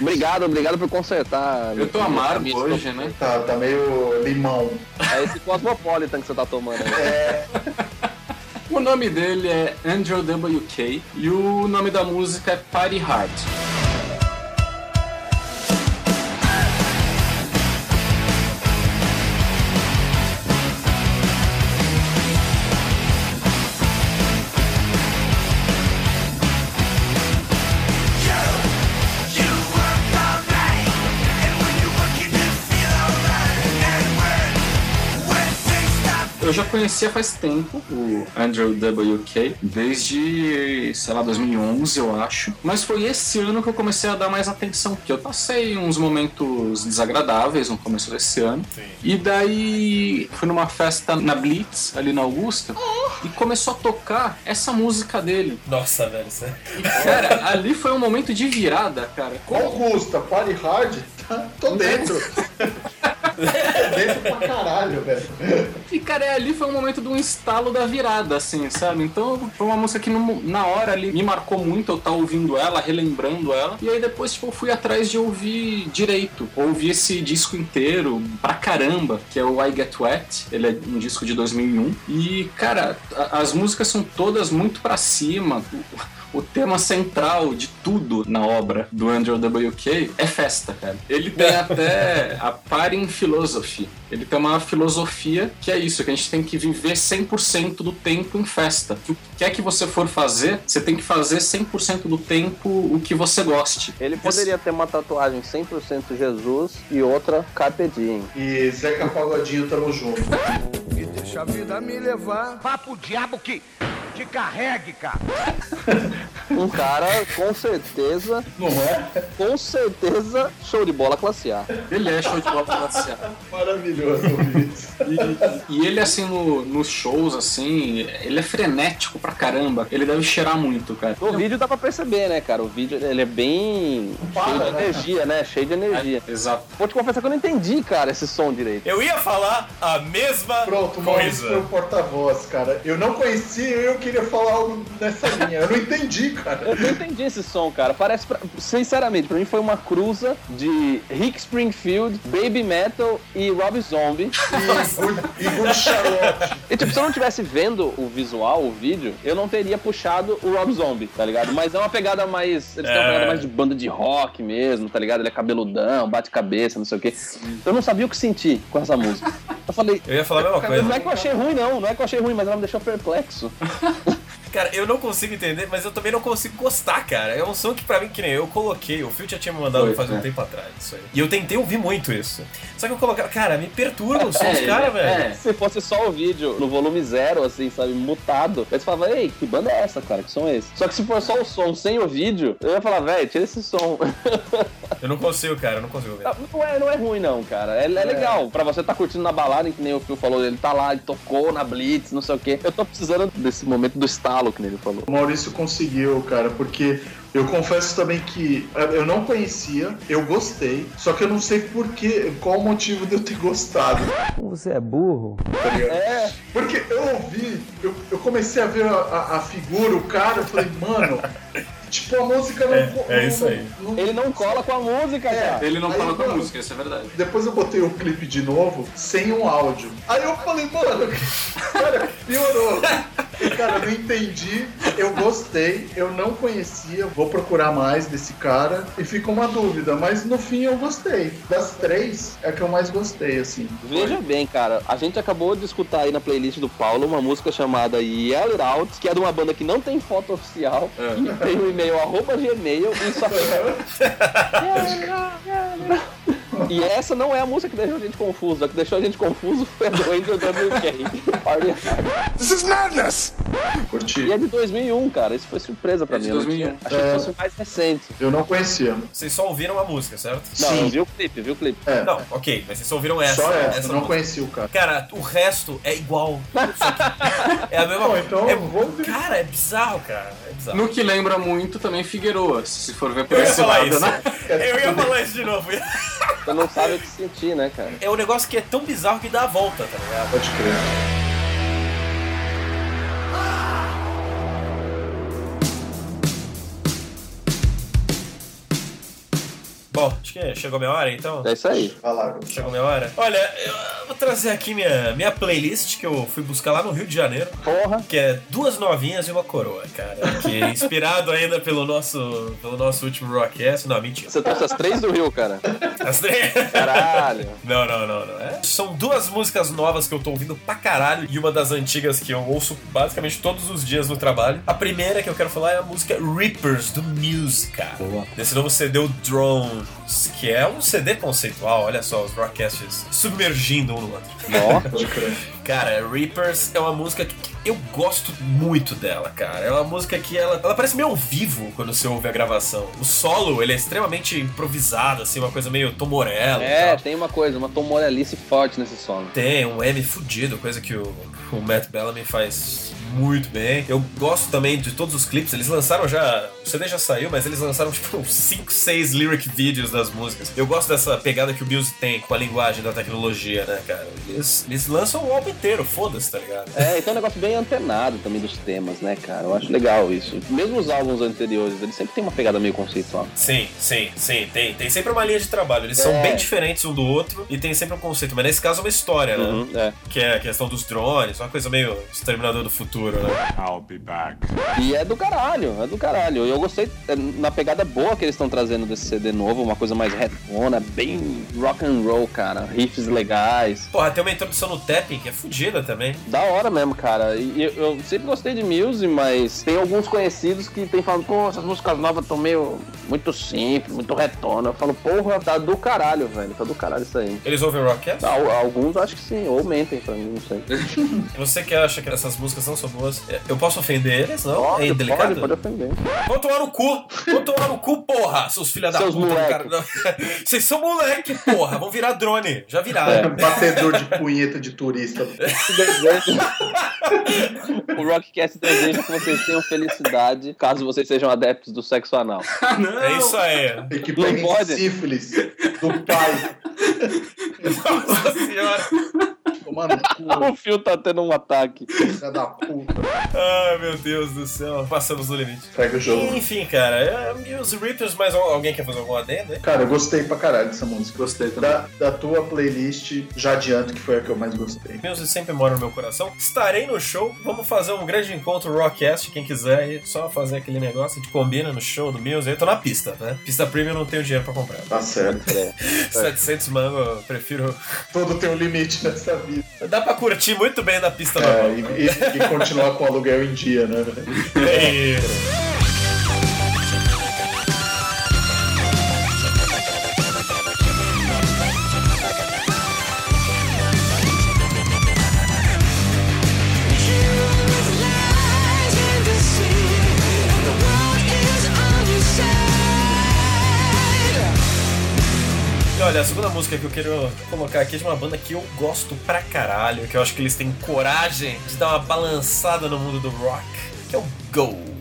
Obrigado, obrigado por consertar.
Eu tô
meu-
amargo
meu-
hoje, né?
Tá, tá meio limão.
É esse Cosmopolitan que você tá tomando. Né?
O nome dele é Andrew W.K. e o nome da música é Party Hard. Eu já conhecia faz tempo o Andrew W.K. desde, sei lá, 2011, eu acho. Mas foi esse ano que eu comecei a dar mais atenção, porque eu passei uns momentos desagradáveis no começo desse ano. E daí fui numa festa na Blitz, ali na Augusta, e começou a tocar essa música dele.
nossa, velho. Isso é...
E, cara, ali foi um momento de virada, cara.
Augusta, party hard, tá, tô dentro. tô dentro pra caralho, velho.
E, cara, é, ali foi um momento de um estalo da virada, assim, sabe? Então, foi uma música que no- na hora ali me marcou muito, eu tava ouvindo ela, relembrando ela. E aí depois, tipo, eu fui atrás de ouvir direito. Ouvi esse disco inteiro, pra caramba, que é o I Get Wet. Ele é um disco de 2001. E, cara, a- as músicas são todas muito pra cima. O- O tema central de tudo na obra do Andrew W.K. é festa, cara. Ele tem até a Parin Philosophy. Ele tem uma filosofia que é isso, que a gente tem que viver 100% do tempo em festa. O que quer que você for fazer, você tem que fazer 100% do tempo o que você goste.
Ele poderia ter uma tatuagem 100% Jesus e outra Carpe Diem.
E Zeca Pagodinho, tamo junto.
E deixa a vida me levar.
Vá pro diabo que te carregue, cara.
um cara com certeza,
Não é?
com certeza, show de bola classe A.
Ele é show de bola classe
Maravilhoso ouvir isso.
E, e ele, assim, no- nos shows, assim, ele é frenético pra caramba. Ele deve cheirar muito, cara.
No vídeo dá pra perceber, né, cara? O vídeo ele é bem cheio de energia, né? Cheio de energia.
Exato.
Vou te confessar que eu não entendi, cara, esse som direito.
Eu ia falar a mesma
Pronto, o Maurício foi
coisa.
o porta-voz, cara. Eu não conhecia e eu queria falar algo nessa linha. Eu não entendi, cara.
Eu não entendi esse som, cara. Parece, pra- sinceramente, pra mim foi uma cruza de Rick Springfield, Baby Metal e Rob Zombie.
E Good- E Good Charlotte.
E tipo, se eu não tivesse vendo o visual, o vídeo, eu não teria puxado o Rob Zombie, tá ligado? Mas é uma pegada mais. Eles têm
É.
uma pegada mais de banda de rock mesmo, tá ligado? Ele é cabeludão, bate cabeça, não sei o quê. Então, Eu não sabia o que sentir com essa música. Eu falei.
Eu ia falar a mesma coisa.
Não é que eu achei ruim, não. Não é que eu achei ruim, mas ela me deixou perplexo.
Cara, eu não consigo entender, mas eu também não consigo gostar, cara. É um som que pra mim, que nem eu coloquei. O Phil já tinha me mandado
Foi,
faz um
né?
tempo atrás, isso aí. E eu tentei ouvir muito isso. Só que eu colocava, cara, me perturba o som dos
É,
caras,
é.
velho.
Se fosse só o vídeo no volume zero, assim, sabe, mutado, aí você falava, ei, que banda é essa, cara? Que som é esse? Só que se for só o som sem o vídeo, eu ia falar, velho, tira esse som.
Eu não consigo, cara, eu não consigo ouvir.
Não é, não é ruim, não, cara. É, é legal. Pra você tá curtindo na balada, que nem o Phil falou, ele tá lá, ele tocou na Blitz, não sei o quê. Eu tô precisando desse momento do estalo, que nem ele falou.
O Maurício conseguiu, cara, porque eu confesso também que eh, eu não conhecia, eu gostei, só que eu não sei por que, qual o motivo de eu ter gostado.
É,
Porque eu ouvi, eu, eu comecei a ver a, a- a figura, o cara, eu falei, mano, tipo, a música não.
É,
co-
é
não-
isso aí.
não-
ele não cola com a música, cara.
Ele não
Aí,
fala com a
mano.
música, isso é verdade.
Depois eu botei o clipe de novo, sem um áudio. Aí eu falei, mano, cara, piorou. E, cara, eu não entendi, eu gostei, eu não conhecia, vou procurar mais desse cara. E fica uma dúvida, mas no fim eu gostei. Das três, é a que eu mais gostei, assim.
Veja bem, cara, a gente acabou de escutar aí na playlist do Paulo uma música chamada Yell It Out, que é de uma banda que não tem foto oficial,
É.
e tem o e-mail arroba gmail e só E essa não é a música que deixou a gente confuso, a que deixou a gente confuso foi a do Angel WK. Party Hard.
Curti.
E é de 2001, cara, isso foi surpresa pra
É de
mim. eu não
2001.
tinha- Achei que fosse mais recente.
Eu não conhecia.
Vocês só ouviram a música, certo?
Não,
Sim.
eu vi o clipe, eu vi o clipe.
É,
Não, ok, mas vocês só ouviram essa.
só essa, não
música.
conhecia o cara.
Cara, o resto é igual. Só que é a mesma
Bom,
coisa.
então
é,
vou ver.
Cara, é bizarro, cara. É bizarro.
No que lembra muito também Figueroa, se for ver por
Eu ia
esse
falar
lado,
isso.
né?
Eu ia falar isso de novo.
Você não sabe o que sentir, né, cara?
É um negócio que é tão bizarro que dá a volta, tá ligado?
Pode crer.
Bom, acho que chegou a minha hora, então.
É isso aí.
Vai lá.
Chegou minha hora? Olha, eu vou trazer aqui minha, minha playlist que eu fui buscar lá no Rio de Janeiro,
Porra.
que é Duas Novinhas e uma Coroa, cara. Que é inspirado ainda pelo nosso, pelo nosso último Rockcast. Não, mentira.
Você trouxe as três do Rio, cara.
As três.
Caralho.
Não, não, não, não. É, São duas músicas novas que eu tô ouvindo pra caralho e uma das antigas que eu ouço basicamente todos os dias no trabalho. A primeira que eu quero falar é a música Reapers do Muse, cara. Desse novo CD, o Drones, que é um CD conceitual, olha só, os broadcasts submergindo um no outro.
Pode crer.
Cara, Reapers é uma música que eu gosto muito dela, cara. É uma música que ela, ela parece meio ao vivo quando você ouve a gravação. O solo, ele é extremamente improvisado, assim, uma coisa meio Tom Morello.
É,
tal.
tem uma coisa, uma tomorelice forte nesse som.
Tem um M fudido, coisa que o, o Matt Bellamy faz muito bem. Eu gosto também de todos os clipes. Eles lançaram já. O CD já saiu, mas eles lançaram tipo uns 5, 6 lyric videos das músicas. Eu gosto dessa pegada que o Muse tem com a linguagem da tecnologia, né, cara? Eles, eles lançam o álbum inteiro, foda-se, tá ligado?
É, então é um negócio bem antenado também dos temas, né, cara? Eu acho legal isso. Mesmo os álbuns anteriores, eles sempre tem uma pegada meio conceitual.
Sim, sim, sim, tem. Tem sempre uma linha de trabalho. Eles são
É.
bem diferentes um do outro e tem sempre um conceito. Mas nesse caso é uma história, né?
É.
Que é a questão dos drones, uma coisa meio exterminador do futuro, né?
E é do caralho, é do caralho. Eu gostei é, na pegada boa que eles estão trazendo desse CD novo, uma coisa mais retona, bem rock and roll, cara. Riffs legais.
Porra, tem uma introdução no tapping que é fodida também.
Da hora mesmo, cara. E eu, eu sempre gostei de Muse, mas tem alguns conhecidos que tem falando, pô, essas músicas novas estão meio muito simples, muito retona. Eu falo, porra, tá do caralho, velho. Tá do caralho isso aí.
Eles ouvem é? Rockcast?
Al- Alguns acho que sim, ou mentem pra mim, não sei.
Você que acha que essas músicas não são famoso. Eu posso ofender eles, não? é
Pode,
indelicado?
pode, pode ofender.
Vão tomar no cu! Vão tomar no cu, porra! Seus filha da
Seus
puta,
moleque.
cara. Não. Vocês são moleque, porra! Vão virar drone. Já viraram.
Batedor de punheta de turista.
o Rockcast deseja que vocês tenham felicidade caso vocês sejam adeptos do sexo anal.
É, isso aí.
E que
Não
pega
pode.
sífilis do pai.
Nossa senhora.
Tomando cu,
O Phil tá tendo um ataque.
filha da puta.
Ai, meu Deus do céu. Passamos do limite.
Pega o jogo.
Enfim, cara. é, E os Reapers, mais al- alguém quer fazer algum adendo, hein?
Cara, eu gostei pra caralho dessa música.
Gostei também.
Da, da tua playlist, já adianto que foi a que eu mais gostei.
Music sempre mora no meu coração. Estarei no show. Vamos fazer um grande encontro Rockcast, quem quiser. aí só fazer aquele negócio de combina no show do Music. Eu tô na pista, né? Pista premium eu não tenho dinheiro pra comprar.
Tá certo.
700 mango, eu prefiro...
Todo tem um limite nessa vida.
Dá pra curtir muito bem na pista,
É,
normal. né?
e, e- e continuar com o aluguel em dia, né?
É. E olha, a segunda música que eu quero colocar aqui é de uma banda que eu gosto pra caralho, que eu acho que eles têm coragem de dar uma balançada no mundo do rock, que é o Ghost.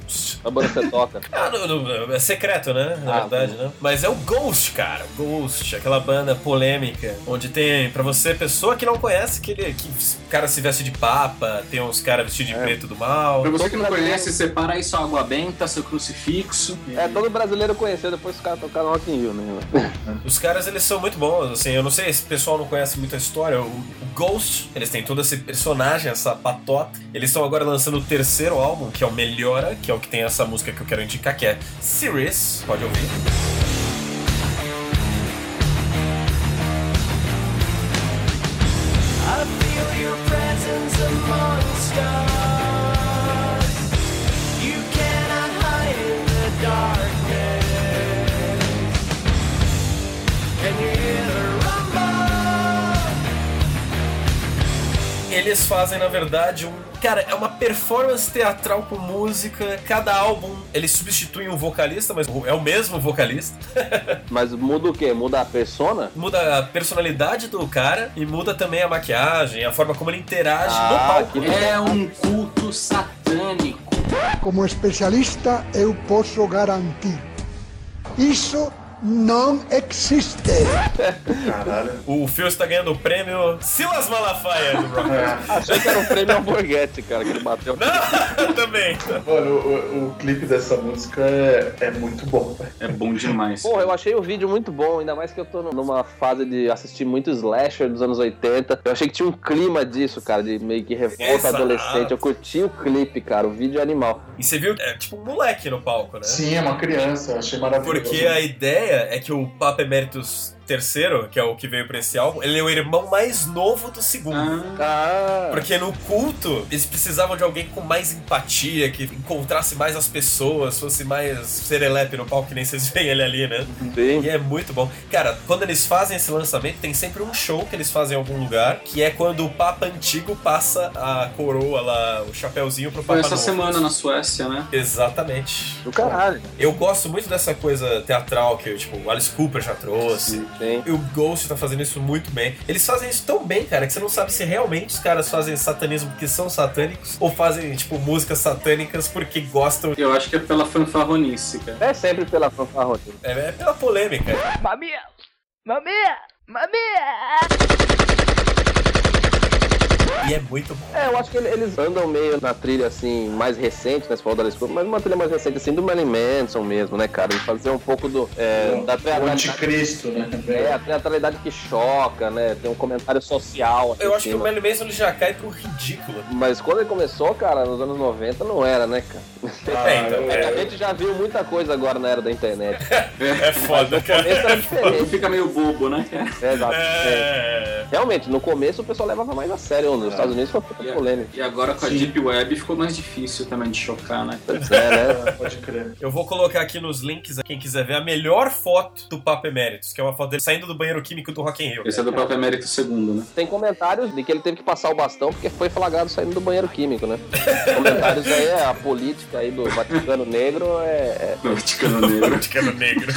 A banda você toca.
Ah, não, não, é secreto, né? Na
Ah,
verdade, né? Mas é o Ghost, cara. O Ghost, aquela banda polêmica, onde tem, pra você, pessoa que não conhece, que, ele, que o cara se veste de papa, tem uns caras vestidos de preto do mal.
Pra você que não conhece, separa aí sua água benta, seu crucifixo.
É, todo brasileiro conheceu depois os caras tocaram Rock in Rio, né?
Os caras, eles são muito bons, assim, eu não sei se o pessoal não conhece muito a história, o o Ghost, eles têm todo esse personagem, essa patota, eles estão agora lançando o terceiro álbum, que é o Melhora, que é o que tem essa música que eu quero indicar, que é Series, pode ouvir. Eles fazem, na verdade, um. Cara, é uma performance teatral com música. Cada álbum eles substituem um vocalista, mas é o mesmo vocalista.
Mas muda o quê? Muda a persona?
Muda a personalidade do cara e muda também a maquiagem, a forma como ele interage no
Ah,
palco.
que
É um culto satânico.
Como especialista, eu posso garantir. Isso não existe.
Caralho.
O Phil está ganhando o prêmio Silas Malafaia do Rock.
Achei que era um prêmio Hamburguete, cara, que ele bateu.
Não, também.
Mano, o, o- o clipe dessa música é, é muito bom, velho.
É bom demais.
Porra, eu achei o vídeo muito bom, ainda mais que eu tô numa fase de assistir muito slasher dos anos 80. Eu achei que tinha um clima disso, cara, de meio que revolta
Exato.
adolescente. Eu curti o clipe, cara, o vídeo é animal.
E você viu, é tipo um moleque no palco, né?
Sim, é uma criança, eu achei maravilhoso.
Porque a ideia é que o Papa Emeritus III, que é o que veio pra esse álbum, ele é o irmão mais novo do segundo.
Ah,
Porque no culto, eles precisavam de alguém com mais empatia, que encontrasse mais as pessoas, fosse mais serelepe no palco, que nem vocês veem ele ali, né?
sim.
E é muito bom. Cara, quando eles fazem esse lançamento, tem sempre um show que eles fazem em algum lugar, que é quando o Papa Antigo passa a coroa lá, o chapéuzinho pro Papa
Foi essa
Novo.
semana na Suécia, né?
Exatamente.
Do caralho.
Eu gosto muito dessa coisa teatral que, tipo, o Alice Cooper já trouxe.
Sim.
E o Ghost tá fazendo isso muito bem. Eles fazem isso tão bem, cara, que você não sabe se realmente os caras fazem satanismo porque são satânicos ou fazem, tipo, músicas satânicas porque gostam.
Eu acho que é pela fanfarronice, cara.
É sempre pela fanfarroninha.
É, é pela polêmica.
Mamia! Mamia! Mamia!
E é muito bom.
É, eu acho que ele- eles andam meio na trilha, assim, mais recente, né? Você falou da Alice Cooper, mas uma trilha mais recente, assim, do Manny Manson mesmo, né, cara? De fazer um pouco do... É, da
O
teatralidade-
anticristo, né?
É, a teatralidade que choca, né? Tem um comentário social. aqui
Eu
em
acho que o
cima.
Melly Mason ele já cai pro ridículo.
Mas quando ele começou, cara, nos anos 90 não era, né, cara?
é, então,
eu-
é,
A gente já viu muita coisa agora na era da internet.
é foda, cara.
Esse era
Ele
diferente,
fica meio bobo, né, cara?
né? Exato. É.
É.
Realmente, no começo o pessoal levava mais a sério os Estados Unidos foi puta
é.
E a-
polêmica.
E agora com a Deep Web ficou mais difícil também de chocar, né?
Pois é, né?
Pode crer.
Eu vou colocar aqui nos links, quem quiser ver, a melhor foto do Papa Emeritus, que é uma foto dele saindo do banheiro químico do Rock in Rio.
Esse é do Papa Emérito II, né?
Tem comentários de que ele teve que passar o bastão porque foi flagrado saindo do banheiro químico, né? comentários aí, é a política aí do Vaticano Negro é. é-
No Vaticano Negro.
Vaticano Negro.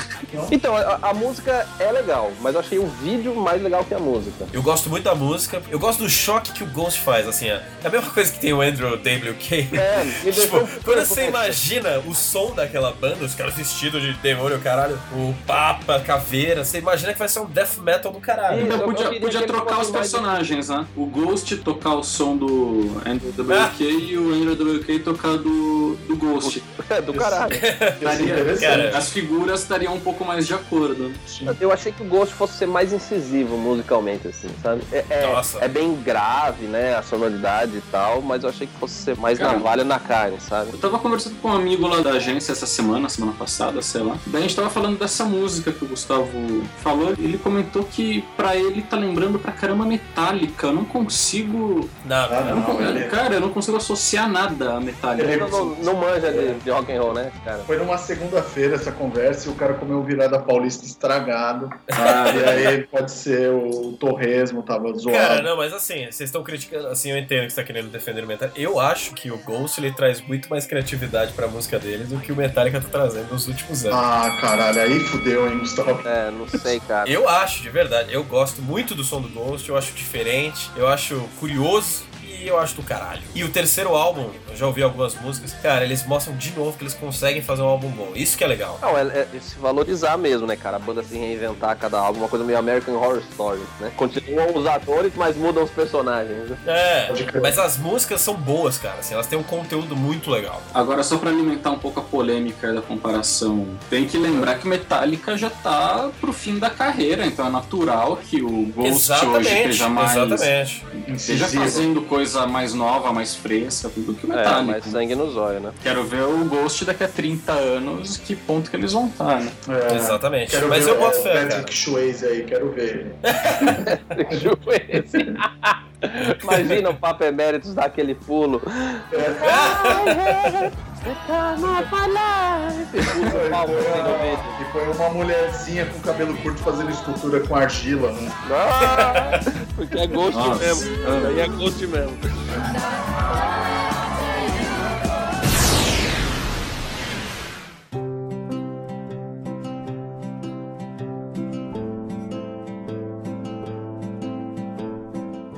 Então, a, a música é legal, mas eu achei o vídeo mais legal que a música.
Eu gosto muito da música, eu gosto do choque que o Ghost faz, assim, é é a mesma coisa que tem o Andrew WK.
É, me
Tipo,
deixou.
quando você imagina o som daquela banda, os caras vestidos de demônio, caralho, o Papa, caveira, você imagina que vai ser um death metal do caralho.
Eu-
Ainda
eu
Então, podia,
queria
podia
que ele
trocar os
fosse mais-
personagens, né? O Ghost tocar o som do Andrew WK e o Andrew WK tocar do, do Ghost.
É, do caralho.
Isso é interessante.
Cara,
As figuras estariam um pouco mais de acordo. né?
Eu achei que o Ghost fosse ser mais incisivo musicalmente, assim, sabe? É, é-
Nossa.
é bem grave, né? A sonoridade e tal, mas eu achei que fosse ser mais
Cara.
navalha na carne, sabe?
Eu tava conversando com um amigo lá da agência essa semana, semana passada, sei lá. Daí a gente tava falando dessa música que o Gustavo falou. Ele comentou que pra ele tá lembrando pra caramba Metallica. Eu não consigo.
nada.
Ah,
eu não
não,
con-
ele-
cara, eu não consigo associar nada a Metallica.
Ele-
Não, não, não manja de, de rock and roll, né, cara?
Foi numa segunda-feira essa conversa e o cara comeu virada paulista estragado.
Ah,
E aí pode ser o torresmo, tava zoado.
Cara, não, mas assim, vocês estão criticando, assim, eu entendo que você tá querendo defender o Metallica. Eu acho que o Ghost ele traz muito mais criatividade pra música dele do que o Metallica tá trazendo nos últimos anos.
Ah, caralho, aí fudeu, hein, Gustavo.
É, não sei, cara.
Eu acho, de verdade, eu gosto muito do som do Ghost, eu acho diferente, eu acho curioso. E eu acho do caralho. E o terceiro álbum, eu já ouvi algumas músicas, cara, eles mostram de novo que eles conseguem fazer um álbum bom. Isso que é legal.
Não, é, é se valorizar mesmo, né, cara? A banda se reinventar a cada álbum, uma coisa meio American Horror Story, né? Continuam os atores, mas mudam os personagens. né?
É,
Pode crer.
mas as músicas são boas, cara. Assim, elas têm um conteúdo muito legal.
Agora, só pra alimentar um pouco a polêmica da comparação, tem que lembrar que Metallica já tá pro fim da carreira, então é natural que o Ghost hoje esteja mais.
exatamente.
É,
Esteja fazendo coisa mais nova, mais fresca do que o
É,
Metallica.
mas sangue nos olhos, né?
Quero ver o Ghost daqui a 30 anos, que ponto que eles vão estar, né?
É,
Exatamente.
Quero
Mas
ver
eu boto
o
fé, cara.
Patrick Swayze aí, quero ver.
É, Imagina o Papa Emeritus dar aquele pulo.
E foi-
palmo
foi
assim no
a-
meio.
E foi uma mulherzinha com cabelo curto fazendo escultura com argila, né?
Ah, Porque é gosto
Nossa.
mesmo. Isso aí é gosto mesmo.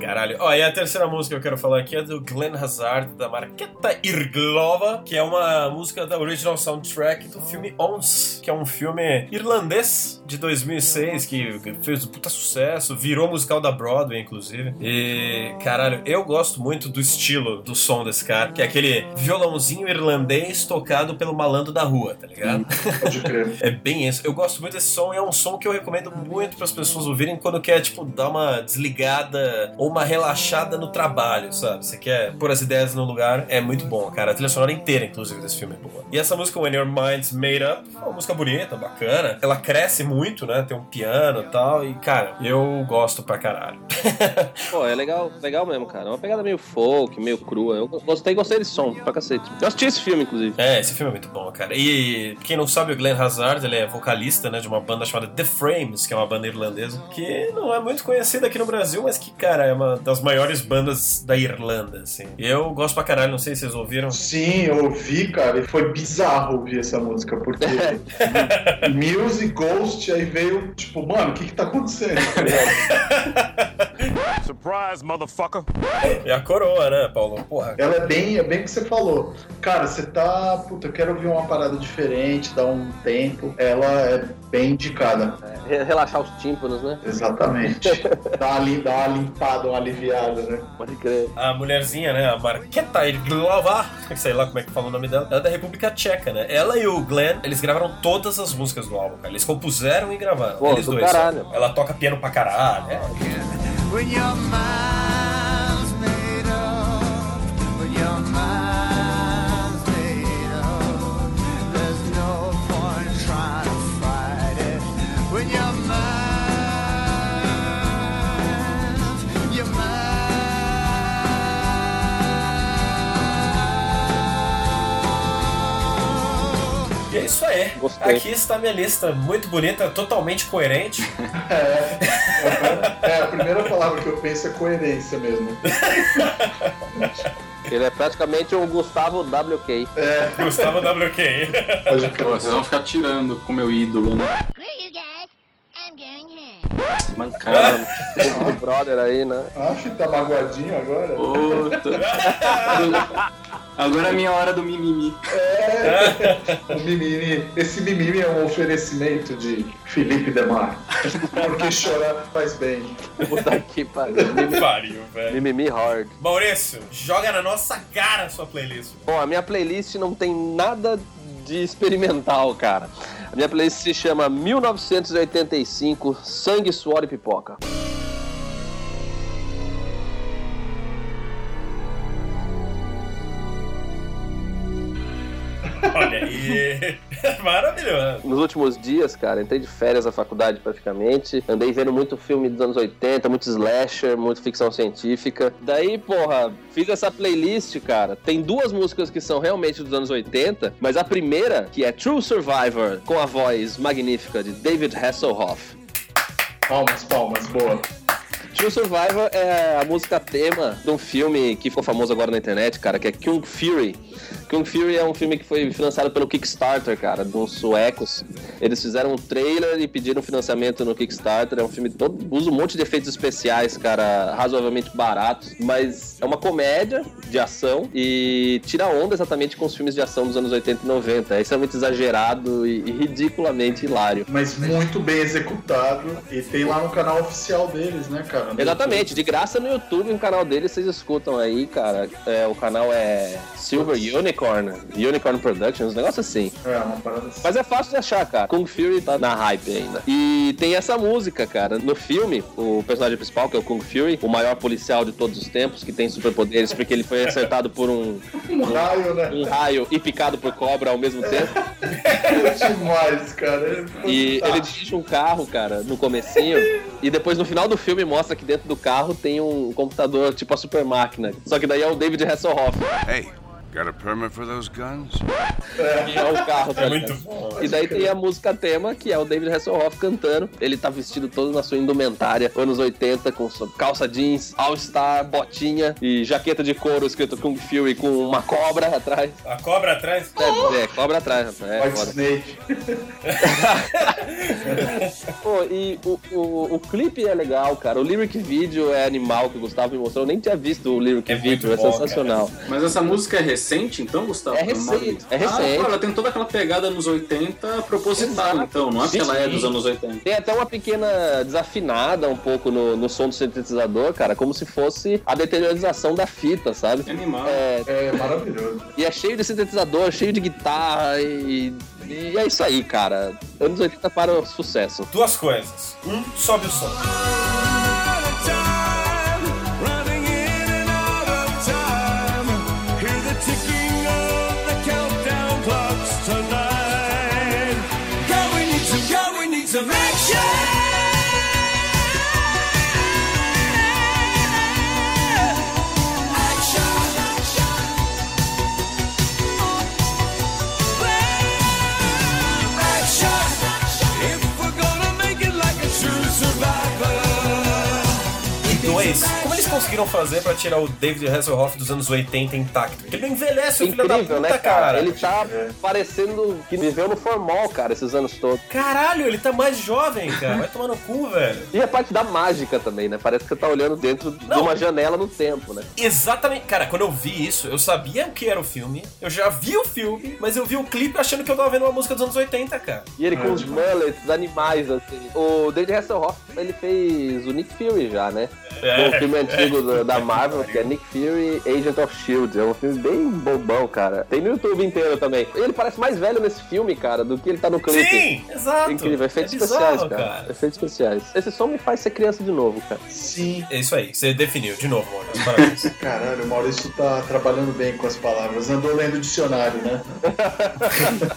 Caralho. Ó, e a terceira música que eu quero falar aqui é do Glenn Hazard, da Marqueta Irglova, que é uma música da original soundtrack do filme Ons, que é um filme irlandês de 2006, que fez um puta sucesso, virou musical da Broadway, inclusive. E, caralho, eu gosto muito do estilo do som desse cara, que é aquele violãozinho irlandês tocado pelo malandro da rua, tá ligado?
Pode crer.
É bem isso. Eu gosto muito desse som e é um som que eu recomendo muito para as pessoas ouvirem quando quer, tipo, dar uma desligada ou uma relaxada no trabalho, sabe? Você quer pôr as ideias no lugar. É muito bom, cara. A trilha sonora inteira, inclusive, desse filme é boa. E essa música, When Your Mind's Made Up, é uma música bonita, bacana. Ela cresce muito, né? Tem um piano e tal. E, cara, eu gosto pra caralho.
Pô, é legal, legal mesmo, cara. É uma pegada meio folk, meio crua. Eu gostei, gostei desse som, pra cacete. Eu assisti esse filme, inclusive.
É, esse filme é muito bom, cara. E quem não sabe, o Glenn Hazard, ele é vocalista, né, de uma banda chamada The Frames, que é uma banda irlandesa, que não é muito conhecida aqui no Brasil, mas que, cara, é uma das maiores bandas da Irlanda, assim. E eu gosto pra caralho, não sei se vocês ouviram.
Sim, eu ouvi, cara, e foi bizarro ouvir essa música, porque Music Ghost aí veio, tipo, mano, o que que tá acontecendo? tá ligado?
É a coroa, né, Paulo? Porra.
Ela é bem, é bem o que você falou. Cara, você tá, puta, eu quero ouvir uma parada diferente, dá um tempo. Ela é bem indicada,
É, Re- Relaxar os tímpanos, né?
exatamente. Dá ali, dá uma limpada, uma aliviada, né?
Pode crer.
A mulherzinha, né, a Marqueta Irglova, sei lá como é que fala o nome dela, ela é da República Tcheca, né? Ela e o Glenn, eles gravaram todas as músicas do álbum, cara. Eles compuseram e gravaram.
Pô,
eles
do
dois.
caralho.
só. Ela toca piano pra caralho, é.
When your mind's made up, when your mind's made up, there's no point trying to fight it. When your mind, your mind.
é isso aí.
Gostei.
Aqui está minha lista muito bonita, totalmente coerente.
É, é, a primeira palavra que eu penso é coerência mesmo.
Ele é praticamente o Gustavo WK.
É,
Gustavo WK.
pode
É.
Pô, vocês vão ficar tirando com o meu ídolo, né?
Great, you guys. I'm going home.
Mancada.
O brother aí, né?
Acho que tá magoadinho agora.
Puta. Agora é a minha hora do mimimi.
O Um mimimi, esse mimimi é um oferecimento de Felipe Demar. Porque chorar faz bem.
Puta que pariu.
Pariu, velho.
Mimimi hard.
Maurício, joga na nossa cara a sua playlist.
Bom, a minha playlist não tem nada de experimental, cara. A minha playlist se chama 1985 Sangue, Suor e Pipoca.
Olha aí. Maravilhoso.
Nos últimos dias, cara, entrei de férias da faculdade praticamente. Andei vendo muito filme dos anos 80, muito slasher, muito ficção científica. Daí, porra, fiz essa playlist, cara. Tem duas músicas que são realmente dos anos 80, mas a primeira, que é True Survivor, com a voz magnífica de David Hasselhoff.
Palmas, palmas, boa.
True Survivor é a música tema de um filme que ficou famoso agora na internet, cara, que é Kung Fury. Kung Fury é um filme que foi financiado pelo Kickstarter, cara, de uns suecos. Eles fizeram um trailer e pediram financiamento no Kickstarter. É um filme todo. usa um monte de efeitos especiais, cara, razoavelmente baratos. Mas é uma comédia de ação e tira onda exatamente com os filmes de ação dos anos 80 e 90. É extremamente exagerado e e ridiculamente hilário.
Mas muito bem executado. E tem lá no canal oficial deles, né, cara? No
Exatamente, de graça no YouTube, no canal dele, vocês escutam aí, cara. É, o canal é Silver Unicorn, Unicorn Productions, um negócio assim.
YouTube. É, uma parada assim.
Mas é fácil de achar, cara. Kung Fury tá na hype ainda. E tem essa música, cara. No filme, o personagem principal, que é o Kung Fury, o maior policial de todos os tempos, que tem superpoderes, porque ele foi acertado por um,
Um raio, né?
um raio e picado por cobra ao mesmo tempo.
É demais, cara. É
E ele dirige um carro, cara, no comecinho, e depois no final do filme mostra que dentro do carro tem um computador tipo a super máquina. Só que daí é o David Hasselhoff
Hey, got a permit for those guns?
que é o carro. tá
É
ligado?
muito bom.
E daí tem a música tema, que é o David Hasselhoff cantando. Ele tá vestido todo na sua indumentária, anos 80, com sua calça jeans, all-star, botinha e jaqueta de couro escrito Kung Fury com uma cobra atrás.
A cobra atrás?
É, é, cobra atrás, rapaz. É,
White
foda.
Snake.
Pô, e o, o, o clipe é legal, cara. O lyric video é animal que o Gustavo me mostrou. Eu nem tinha visto o lyric
É
video,
muito
é
bom,
sensacional.
Mas essa música é recente, então, Gustavo?
É recente, é
Ah,
recente.
pô, ela tem toda aquela pegada nos 80 proposital,
Exato.
então. Não é porque ela é
Sim.
dos anos 80.
Tem até uma pequena desafinada um pouco no, no som do sintetizador, cara, como se fosse a deteriorização da fita, sabe?
É animal.
É,
É maravilhoso.
e é cheio de sintetizador, cheio de guitarra e, e é isso aí, cara. Anos 80 para o sucesso.
Duas coisas. Um, sobe o som. E dois, Então é como eles conseguiram fazer pra tirar o David Hasselhoff dos anos 80 intacto? Porque ele não envelhece, o filho da puta,
Incrível, né, cara?
cara. É.
Ele tá parecendo que viveu no formal, cara, esses anos todos.
Caralho, ele tá mais jovem, cara. Vai tomar no cu, velho.
E a parte da mágica também, né? Parece que você tá olhando dentro de
Não.
uma janela no tempo, né?
Exatamente. Cara, quando eu vi isso, eu sabia o que era o filme. Eu já vi o filme, mas eu vi o clipe achando que eu tava vendo uma música dos anos 80, cara.
E ele com os mullets, animais, assim. O David Hasselhoff, ele fez o Nick Fury já, né? É, um filme antigo da- da Marvel, que é Nick Fury, Agent of S.H.I.E.L.D. É um filme bem bobão, cara. Tem no YouTube inteiro também. Ele parece mais velho nesse filme, cara, do que ele tá no clipe.
Sim, exato.
Incrível, efeitos
É bizarro,
especiais, cara. Efeitos especiais. Esse som me faz ser criança de novo, cara.
Sim.
É isso aí, você definiu de novo, mano. Parabéns.
Caralho, o Maurício tá trabalhando bem com as palavras. Andou lendo o dicionário, né?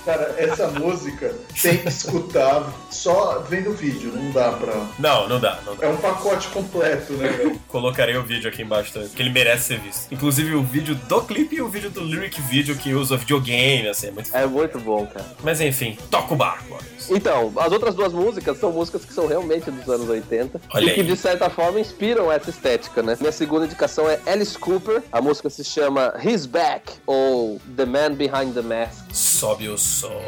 Cara, essa música tem que escutar só vendo o vídeo. Não dá pra.
não, não dá, não dá.
É um pacote completo, né? velho?
Colocar Colocarei o vídeo aqui embaixo também, porque ele merece ser visto. Inclusive o vídeo do clipe e o vídeo do lyric video que usa videogame, assim, é muito.
É muito bom, cara.
Mas enfim, toca o barco. Anderson.
Então, as outras duas músicas são músicas que são realmente dos anos 80
Olha
e que
aí.
de certa forma inspiram essa estética, né? Minha segunda indicação é Alice Cooper. A música se chama He's Back ou The Man Behind the Mask.
Sobe o som.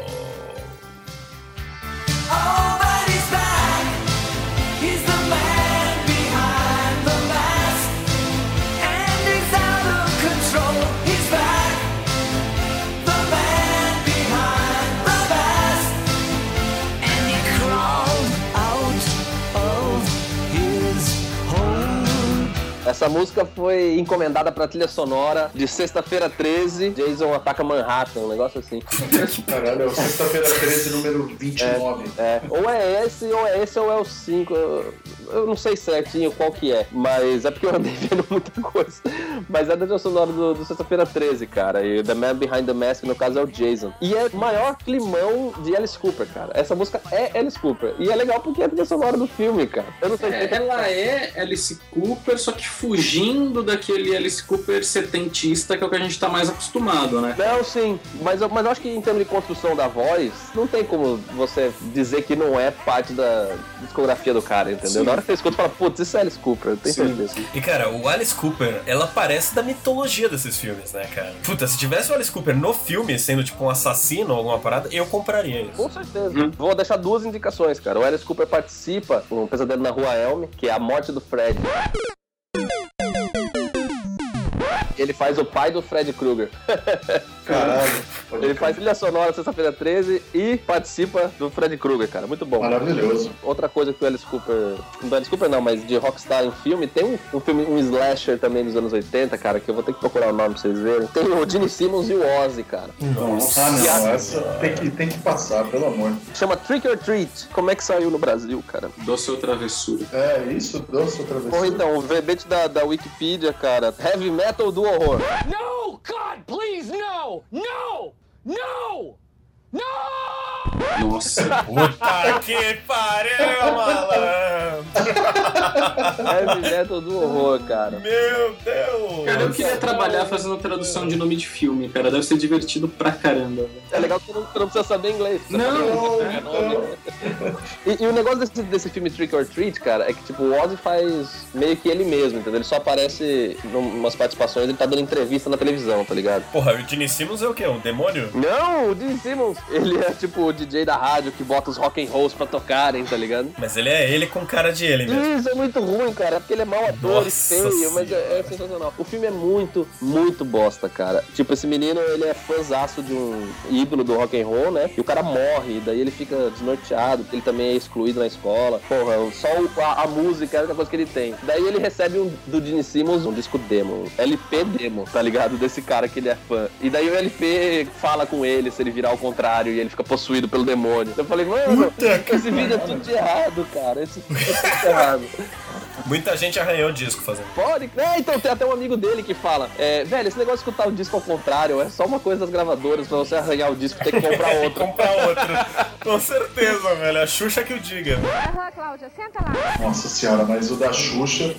Essa música foi encomendada pra trilha sonora de Sexta-feira 13, Jason ataca Manhattan, um negócio assim.
Caralho, é o sexta-feira 13, número 29.
É, ou é esse, ou é esse, ou é o 5. Eu, eu não sei certinho qual que é, mas é porque eu andei vendo muita coisa. Mas é da trilha sonora do, do Sexta-feira 13, cara. E The Man Behind the Mask, no caso, é o Jason. E é o maior climão de Alice Cooper, cara. Essa música é Alice Cooper. E é legal porque é a trilha sonora do filme, cara. Eu não sei se-
Ela é Alice Cooper, só que fugindo daquele Alice Cooper setentista que é o que a gente tá mais acostumado, né?
Não, sim, mas eu, mas eu acho que em termos de construção da voz, não tem como você dizer que não é parte da discografia do cara, entendeu?
Sim.
Na hora que você escuta, fala, putz, isso é Alice Cooper, eu tenho
Sim.
certeza.
E cara, o Alice Cooper, ela parece da mitologia desses filmes, né, cara? Puta, se tivesse o Alice Cooper no filme, sendo tipo um assassino ou alguma parada, eu compraria isso.
Com certeza. Vou deixar duas indicações, cara. O Alice Cooper participa no Pesadelo na Rua Elm, que é a morte do Fred. Ele faz o pai do Fred Krueger.
Caralho. Pode
Ele
crer.
faz trilha sonora sexta-feira 13 e participa do Fred Krueger, cara. Muito bom.
Maravilhoso.
Outra coisa que o Alice Cooper. Do Alice Cooper não, mas de Rockstar em filme, tem um, um filme, um slasher também dos anos 80, cara, que eu vou ter que procurar o nome pra vocês verem. Tem o Gene Simmons e o Ozzy, cara.
Nossa, ah, não, essa tem que, tem que passar, pelo amor.
Chama Trick or Treat. Como é que saiu no Brasil, cara?
Doce ou travessura.
É, isso, dança outra vez.
Porra, então, o verbete da, da Wikipedia, cara. Heavy Metal do Horror.
No, God, please, no! No! No! No!
Nossa.
Puta que pariu, malandro!
Heavy Metal do Horror, cara.
Meu Deus!
Cara, eu queria trabalhar fazendo tradução de nome de filme, cara. Deve ser divertido pra caramba. velho.
É legal que você não, você não precisa saber inglês. Você é
Não,
né? E, e o negócio desse, desse filme Trick or Treat, cara, é que tipo, o Ozzy faz meio que ele mesmo, entendeu? Ele só aparece em umas participações, ele tá dando entrevista na televisão, tá ligado?
Porra, o Gene Simmons é o quê? Um demônio?
Não, o Gene Simmons, ele é tipo o DJ da rádio que bota os rock and rolls pra tocarem, tá ligado?
Mas ele é ele com cara de ele mesmo.
Isso é muito ruim, cara, porque ele é mau ator e
Nossa
feio, mas é, é
senhora.
sensacional. O filme é muito, muito bosta, cara. Tipo, esse menino, ele é fãzaço de um ídolo do rock and roll, né? E o cara morre, daí ele fica desnorteado, porque ele também é excluído na escola. Porra, só o- a, a música é a única coisa que ele tem. Daí ele recebe um, do Gene Simmons um disco demo, um LP demo, tá ligado? Desse cara que ele é fã. E daí o LP fala com ele se ele virar ao contrário e ele fica possuído pelo demônio. Eu falei, mano, esse vídeo é tudo de errado, cara. Esse vídeo é tudo de errado.
Muita gente arranhou o disco fazendo.
Pode crer. Então tem até um amigo dele que fala: é, velho, esse negócio de escutar o disco ao contrário é só uma coisa das gravadoras pra você arranhar o disco e ter que comprar
Tem que
outro.
comprar outro. com certeza, velho. A Xuxa que o diga.
Aham, Cláudia, senta lá.
Nossa senhora, mas o da Xuxa.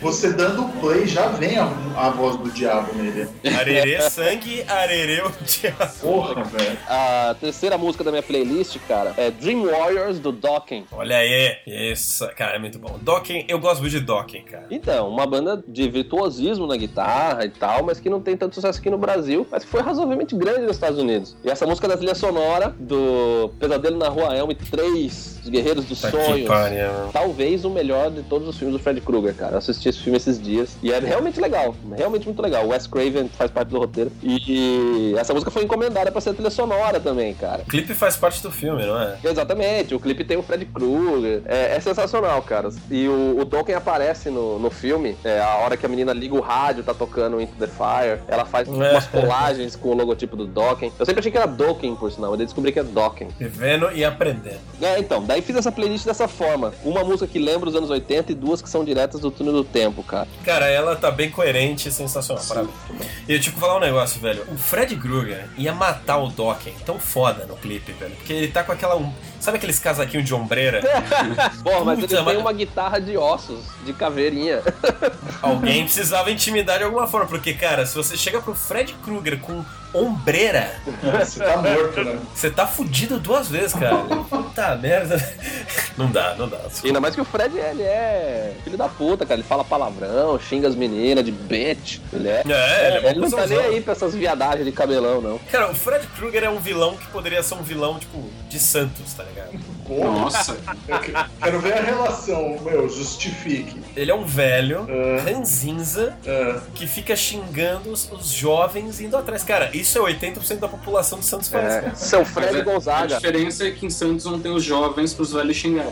Você dando play já vem a, a voz do diabo nele.
Arerê sangue, arerê o diabo.
Porra, velho.
A terceira música da minha playlist, cara, é Dream Warriors do Dokken.
Olha aí. Isso, cara, é muito bom. Dokken, eu gosto muito de Dokken, cara.
Então, uma banda de virtuosismo na guitarra e tal, mas que não tem tanto sucesso aqui no Brasil, mas que foi razoavelmente grande nos Estados Unidos. E essa música é da trilha sonora do Pesadelo na Rua Elm 3, Os Guerreiros dos
Tá que
Sonhos.
pariu. mano.
Talvez o melhor de todos os filmes do Fred Krueger, cara. Eu assisti esse filme esses dias e é realmente legal, realmente muito legal. O Wes Craven faz parte do roteiro e, e essa música foi encomendada pra ser trilha sonora também, cara.
O clipe faz parte do filme, não é?
Exatamente, o clipe tem o Fred Krueger, é, é sensacional, cara. E o, o Tolkien aparece no, no filme, é, a hora que a menina liga o rádio, tá tocando Into the Fire, ela faz umas colagens com o logotipo do Dokken. Eu sempre achei que era Dokken, por sinal, mas eu descobri que é Dokken.
Vivendo e aprendendo.
É, então, daí fiz essa playlist dessa forma. Uma música que lembra os anos 80 e duas que são diretas do túnel do tempo, cara.
Cara, ela tá bem coerente e sensacional. Parabéns. E eu tive que falar um negócio, velho. O Fred Krueger ia matar o Dokken tão foda no clipe, velho. Porque ele tá com aquela. um- Sabe aqueles casaquinhos de ombreira?
Porra, mas
Puta,
ele
mas-
tem uma jarra de ossos, de caveirinha.
Alguém precisava intimidar de alguma forma, porque, cara, se você chega pro Fred Krueger com ombreira,
Você tá morto, né?
você tá fudido duas vezes, cara. Puta merda. Não dá, não dá.
E Ainda mais que o Fred, ele é filho da puta, cara. Ele fala palavrão, xinga as meninas de bitch. Ele é.
É, ele é mó
ele não tá nem
cuzãozão.
aí pra essas viadagens de cabelão, não.
Cara, o Fred Krueger é um vilão que poderia ser um vilão, tipo, de Santos, tá ligado?
Porra.
Nossa,
Eu que- quero ver a relação, meu, justifique.
Ele é um velho,
É.
ranzinza,
É.
que fica xingando os, os jovens indo atrás. Cara, isso é 80% da população de Santos faz. cara.
É. Seu
Mas
Fred
é- A
Gonzaga.
diferença é que em Santos não tem os jovens pros velhos xingarem.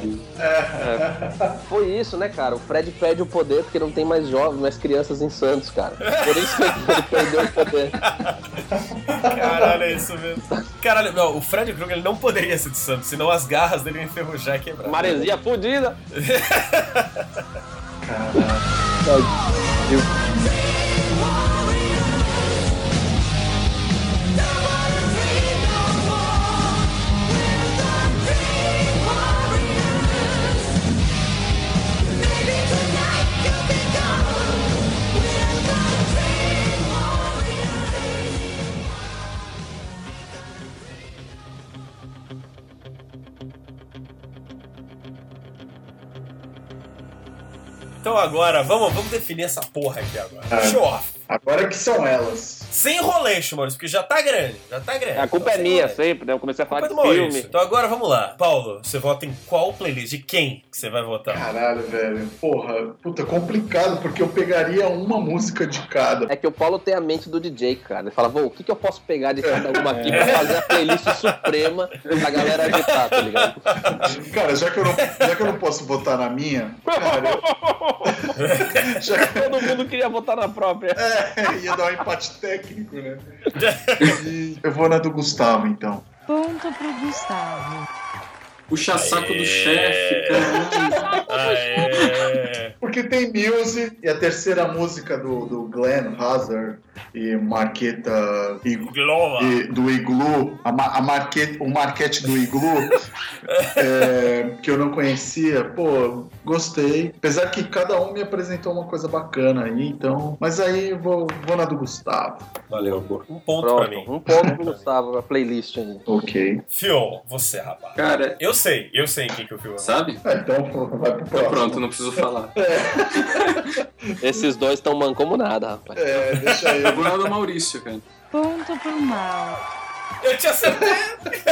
Foi isso, né, cara? O Fred perde o poder porque não tem mais jovens, mais crianças em Santos, cara. Por isso que ele perdeu o poder.
Caralho, é isso mesmo. Caralho, não, o Fred Krueger ele não poderia ser de Santos, senão as garras dele iam enferrujar e quebrar.
Maresia fudida.
Então agora, vamos, vamos definir essa porra aqui agora.
É.
Show off.
Agora é que são elas.
Sem enroleixo, Maurício, porque já tá grande, já tá grande.
A culpa é
Sem
minha
enroleixo.
sempre, né? Eu comecei a
Culpa
falar
do
de
Maurício.
filme.
Então agora vamos lá. Paulo, você vota em qual playlist? De quem que você vai votar?
Caralho, velho. Porra, puta, complicado, porque eu pegaria uma música de cada.
É que o Paulo tem a mente do DJ, cara. Ele fala, vou, o que, que eu posso pegar de cada uma aqui pra fazer a playlist suprema pra galera agitar, tá ligado?
Cara, já É que eu não, já que eu não posso votar na minha, cara, eu- já que
Todo mundo queria votar na própria.
É, ia dar um empate técnico, né? E eu vou na do Gustavo, então.
Ponto pro Gustavo.
Puxa saco
Aê.
do chefe, caralho.
Aê.
Porque tem Muse e a terceira música do, do Glenn Hazard e Marqueta e,
Glova.
e do Iglu, a, ma- a marque- o Marquete do Iglu, é, que eu não conhecia, pô, gostei. Apesar que cada um me apresentou uma coisa bacana aí, então. Mas aí eu vou, vou na do Gustavo.
Valeu, amor. Um ponto pra
Pronto,
mim.
um ponto pro Gustavo, a playlist aí.
Ok.
Fio, você, rapaz.
Cara,
Eu sei, eu sei quem que o é. Fio ama.
sabe?
Ah, Então vai pro
Então
próximo.
pronto, não preciso falar.
Esses dois estão mancomunados, rapaz.
É, deixa aí.
Eu vou na do Maurício, cara.
Ponto pro mal.
Eu tinha certeza.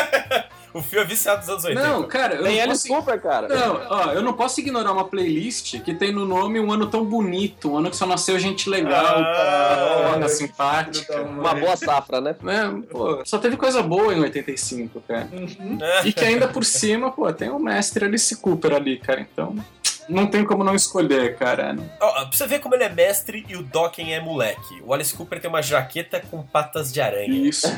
o Fio é viciado dos anos 80.
Não, cara, eu
Tem
não
ele
posso...
super, cara.
Não, ó, eu não posso ignorar uma playlist que tem no nome um ano tão bonito, um ano que só nasceu gente legal,
Ah,
porra,
então.
simpática.
Uma boa safra, né?
Né? Pô, só teve coisa boa em 85, cara. E que ainda por cima, pô, tem o mestre Alice Cooper ali, cara. Então, não tem como não escolher, cara.
Ó, pra você ver como ele é mestre e o Dokken é moleque. O Alice Cooper tem uma jaqueta com patas de aranha.
Isso.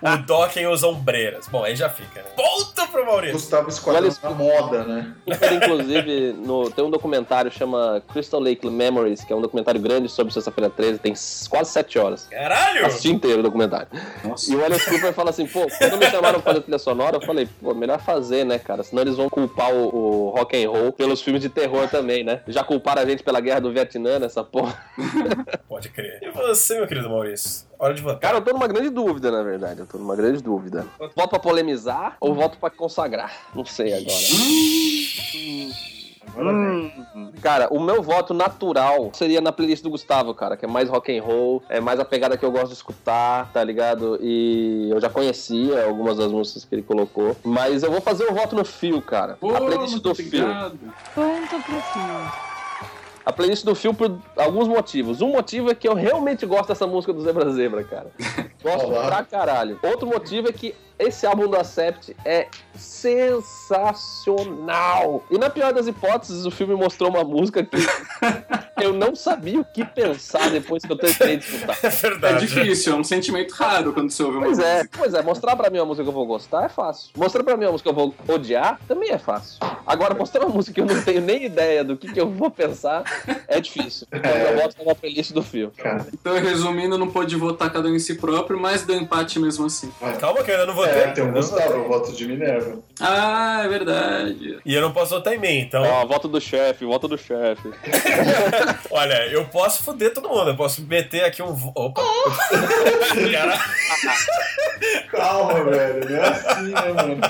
O Dokken usa ombreiras. Bom, aí já fica, né? Ponto pro Maurício.
Gustavo Esquadrão
Olha
da Moda, né?
Super, inclusive, no- tem um documentário chama Crystal Lake Memories, que é um documentário grande sobre Sexta-feira 13, tem s- quase 7 horas.
Caralho!
Assisti inteiro o documentário.
Nossa.
E o Alice Cooper fala assim, pô, quando me chamaram pra fazer trilha sonora, eu falei, pô, melhor fazer, né, cara? Senão eles vão culpar o, o rock and roll pelos filmes de terror também, né? Já culparam a gente pela guerra do Vietnã nessa porra.
Pode crer. E você, meu querido Maurício? Hora de votar.
Cara, eu tô numa grande dúvida, na verdade. Eu tô numa grande dúvida. Voto pra polemizar ou voto pra consagrar? Não sei agora.
Agora vem.
Hum. Cara, o meu voto natural seria na playlist do Gustavo, cara, que é mais rock and roll, é mais a pegada que eu gosto de escutar, tá ligado? E eu já conhecia algumas das músicas que ele colocou, mas eu vou fazer o voto no fio, cara.
Pô,
a playlist
muito
do fio.
obrigado.
Ponto pro fio.
A playlist do fio por alguns motivos. Um motivo é que eu realmente gosto dessa música do Zebra Zebra, cara. Gosto
Olá.
pra caralho. Outro motivo é que esse álbum do Acept é sensacional. E na pior das hipóteses, o filme mostrou uma música que eu não sabia o que pensar depois que eu tentei escutar.
É
É
verdade.
difícil, é um sentimento raro quando você ouve uma
Pois é,
música.
pois é, mostrar pra mim uma música que eu vou gostar é fácil. Mostrar pra mim uma música que eu vou odiar também é fácil. Agora, mostrar uma música que eu não tenho nem ideia do que, que eu vou pensar é difícil. Então eu boto na playlist do filme.
Cara,
Então, resumindo, não pôde votar cada um em si próprio, mas deu empate mesmo assim.
Calma que eu ainda não votei
É, tem o
Não,
Gustavo, eu voto de Minerva.
Ah, é verdade.
E eu não posso votar em mim, então.
Ó, voto É do chefe, voto do chefe.
Olha, eu posso foder todo mundo. Eu posso meter aqui um. vo- Opa! Caralho.
Calma, velho. Não é assim, né, mano?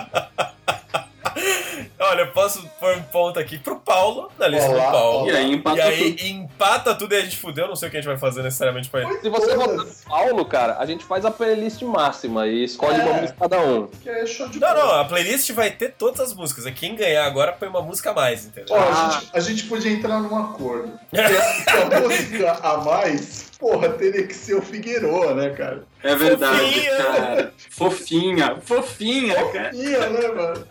Olha, eu posso pôr um ponto aqui pro Paulo, na lista
Olá,
do Paulo.
E aí
E
empatou
aí
tudo.
empata tudo e a gente fudeu. Eu não sei o que a gente vai fazer necessariamente pra ele.
Se você
Todas.
votar no Paulo, cara, a gente faz a playlist máxima e escolhe
É.
uma música cada um.
Que é show de
Não,
bola.
não, a playlist vai ter todas as músicas. É Quem ganhar agora põe uma música a mais, entendeu?
Ó,
Ah.
a, gente, a gente podia entrar num acordo. Se a música a mais, porra, teria que ser o Figueroa, né, cara?
É verdade,
Fofinha.
cara. Fofinha, fofinha, cara.
Ia, né, mano?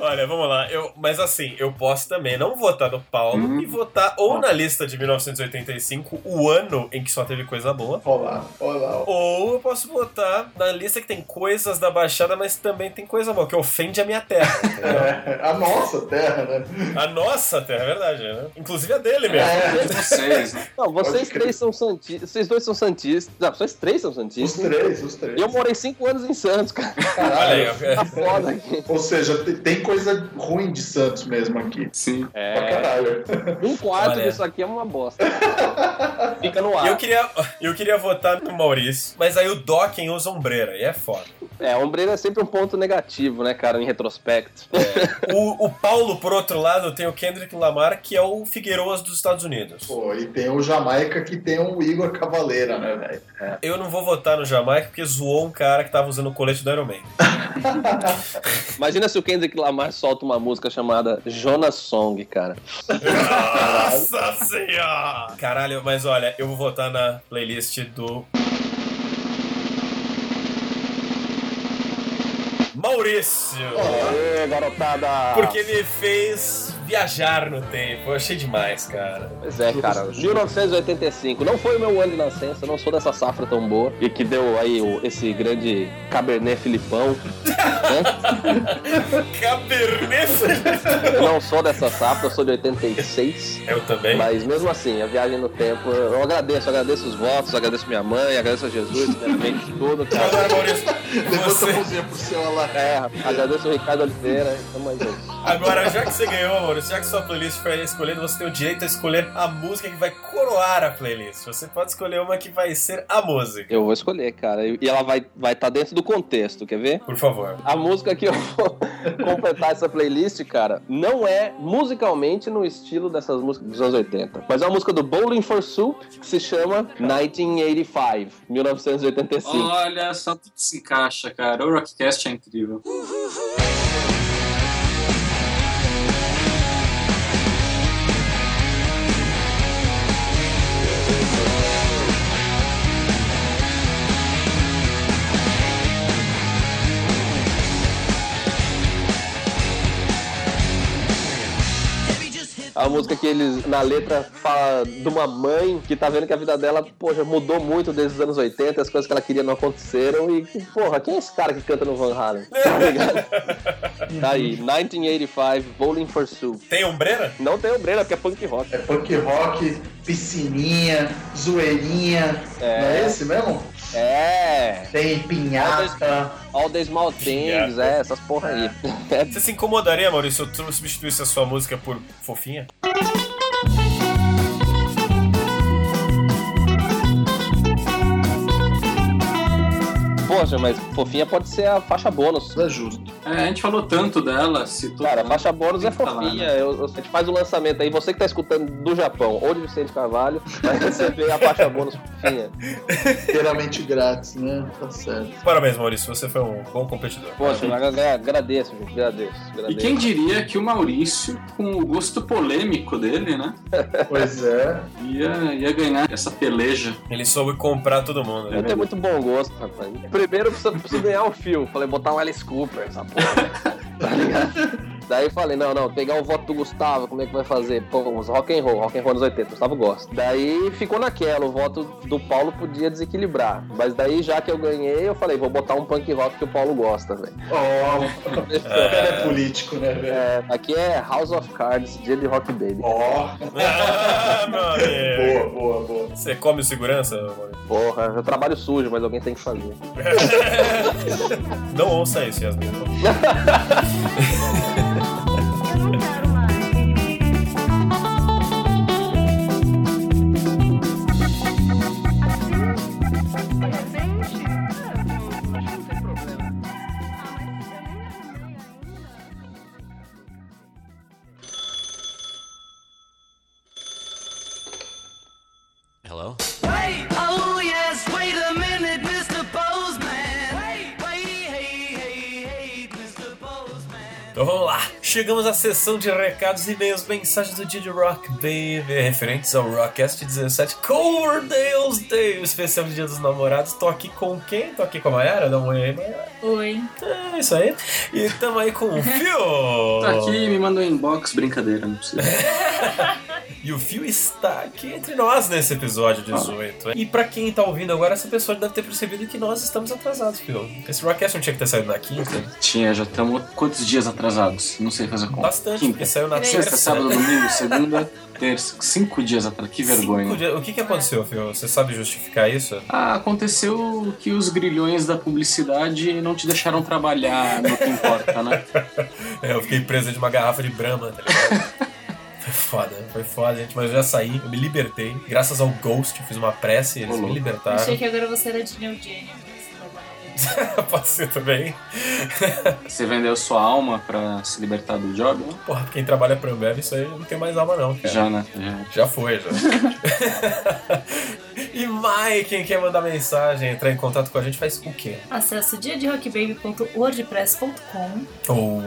Olha, vamos lá. Eu, mas assim, eu posso também não votar no Paulo e votar ou na lista de 1985, o ano em que só teve coisa boa.
Olá, olá.
Ou eu posso votar na lista que tem coisas da Baixada, mas também tem coisa boa, que ofende a minha terra. entendeu?
É, a nossa terra, né?
a nossa terra, é verdade, né? Inclusive a dele mesmo.
É,
Vocês, né?
Não, vocês
Pode crer.
três são santistas. Vocês dois são santistas. Não, vocês três são
os
santistas.
três, os três.
Eu morei cinco anos em Santos, cara.
Olha aí,
Caralho.
ó.
Tá foda aqui.
Ou seja, te- tem coisa ruim de Santos mesmo aqui.
Sim.
Pra
É.
caralho.
Um quarto
Olha.
disso aqui é uma bosta. Fica no
Eu
ar.
queria, eu queria votar no Maurício, mas aí o Dokken usa ombreira, e é foda.
É, ombreira é sempre um ponto negativo, né, cara, em retrospecto.
É. O, o Paulo, por outro lado, tem o Kendrick Lamar, que é o Figueiroas dos Estados Unidos.
Pô, e tem o Jamaica que tem o Igor Cavaleira, né, velho?
Eu não vou votar no Jamaica porque zoou um cara que tava usando o colete do Iron Man.
Imagina se o Kendrick Lamar solta uma música chamada Jonas Song, cara.
Nossa senhora! Caralho, mas olha, eu vou votar na playlist do. Maurício!
Aê, garotada!
Porque me fez viajar no tempo. Eu achei demais, cara.
Pois é, cara. 1985. Não foi o meu ano de nascença, eu não sou dessa safra tão boa. E que deu aí o- esse grande Cabernet Filipão.
Cabernet!
Eu não sou dessa safra, eu sou de 86.
Eu também.
Mas mesmo assim, a viagem no tempo, eu agradeço, eu agradeço os votos, eu agradeço minha mãe, eu agradeço a Jesus, primeiramente tudo, cara.
Agora, Maurício,
Levanta a
você...
mãozinha pro céu, olha lá.
É, agradeço o Ricardo Oliveira, tamo aí, gente.
Agora, já que você ganhou, Maurício, já que sua playlist foi escolhida, você tem o direito a escolher a música que vai coroar a playlist. Você pode escolher uma que vai ser a música.
Eu vou escolher, cara. E ela vai estar vai tá dentro do contexto, quer ver?
Por favor.
A música que eu vou completar essa playlist, cara, não é musicalmente no estilo dessas músicas dos anos 80, mas é uma música do Bowling for Soup que se chama 1985, 1985.
Olha, só tudo se encaixa, cara. O Rockcast é incrível.
É uma música que eles, na letra, fala de uma mãe que tá vendo que a vida dela, poxa, mudou muito desde os anos 80, as coisas que ela queria não aconteceram e, porra, quem é esse cara que canta no Van Halen? Tá ligado? tá aí, 1985, Bowling for Soup.
Tem ombreira?
Não tem ombreira, porque é punk rock.
É punk rock, piscininha, zoeirinha.
É.
Não é esse mesmo?
É!
Tem pinhata.
All the Small Things, é, essas porra aí. É,
Você se incomodaria, Maurício, se eu tru- substituísse a sua música por fofinha?
Poxa, mas fofinha pode ser a faixa bônus.
É justo.
É, a gente falou tanto dela, citou.
Cara, a
tanto.
faixa bônus é
Tem que falar,
fofinha.
né?
Eu- eu- a gente faz o lançamento aí. Você que tá escutando do Japão ou de Vicente Carvalho, vai receber a faixa bônus fofinha.
Inteiramente grátis, né? Tá certo.
Parabéns, Maurício, você foi um bom competidor.
Poxa, eu agra- agradeço, gente. Agradeço. agradeço.
E quem diria que o Maurício, com o gosto polêmico dele, né,
Pois é.
ia, ia ganhar essa peleja.
Ele soube comprar todo mundo.
Eu
Né?
tenho muito bom gosto, rapaz. Primeiro eu preciso, preciso ganhar o fio. Falei, botar um Alice Cooper, essa porra. Tá ligado? Daí eu falei, não, não, pegar o voto do Gustavo, como é que vai fazer? Pô, uns rock and roll, rock and roll nos 80, Gustavo gosta. Daí ficou naquela, o voto do Paulo podia desequilibrar. Mas daí, já que eu ganhei, eu falei, vou botar um punk rock que o Paulo gosta, velho.
Ó, o cara é político, né, velho?
É, aqui é House of Cards, dia de Rock Baby.
Ó,
Ah, meu amigo.
boa, boa, boa.
Você come segurança, Maurício?
Porra, eu trabalho sujo, mas alguém tem que fazer.
Não ouça isso, Yasmin.
Eu não quero mais.
Hello?
Oh yes, wait a minute, Mr. Bozeman. Wait, hey, hey, hey, Mr. Bozeman.
Então vamos lá. Chegamos à sessão de recados, e-mails, mensagens do dia de Rock Baby, referentes ao Rockcast 17 Coverdale's Day, o especial de Dia dos Namorados. Tô aqui com quem? Tô aqui com a Mayara, dá um oi aí, Mayara.
Oi.
É isso aí. E tamo aí com o Fio.
Tá aqui, me mandou inbox, brincadeira, não precisa.
E o Fio está aqui entre nós nesse episódio
Ah.
18. hein? E pra quem tá ouvindo agora, essa pessoa deve ter percebido que nós estamos atrasados, Fio. Esse Rockcast não tinha que ter saído na quinta.
Tinha, já estamos quantos dias atrasados? Não sei fazer conta.
Bastante,
Quinta,
porque saiu na terça.
sexta, sábado, domingo, segunda, terça. Cinco dias atrás, que vergonha.
Cinco dias. O que, que aconteceu, Fio? Você sabe justificar isso?
Ah, aconteceu que os grilhões da publicidade não te deixaram trabalhar no que importa, né?
É, eu fiquei preso de uma garrafa de Brahma, tá ligado? Foi foda, foi foda, gente. Mas eu já saí, eu me libertei. Graças ao Ghost, eu fiz uma prece e eles me
louco.
libertaram.
Achei que agora você era de New Jenny. mas tá bom.
Pode ser também.
Você vendeu sua alma pra se libertar do job? né?
Porra, quem trabalha pra Ambev, isso aí não tem mais alma, não, cara.
Já, né? Já.
Já foi, já. e Mai, quem quer mandar mensagem, entrar em contato com a gente, faz o quê?
Acesse diaderockbaby.wordpress.com,
Ou.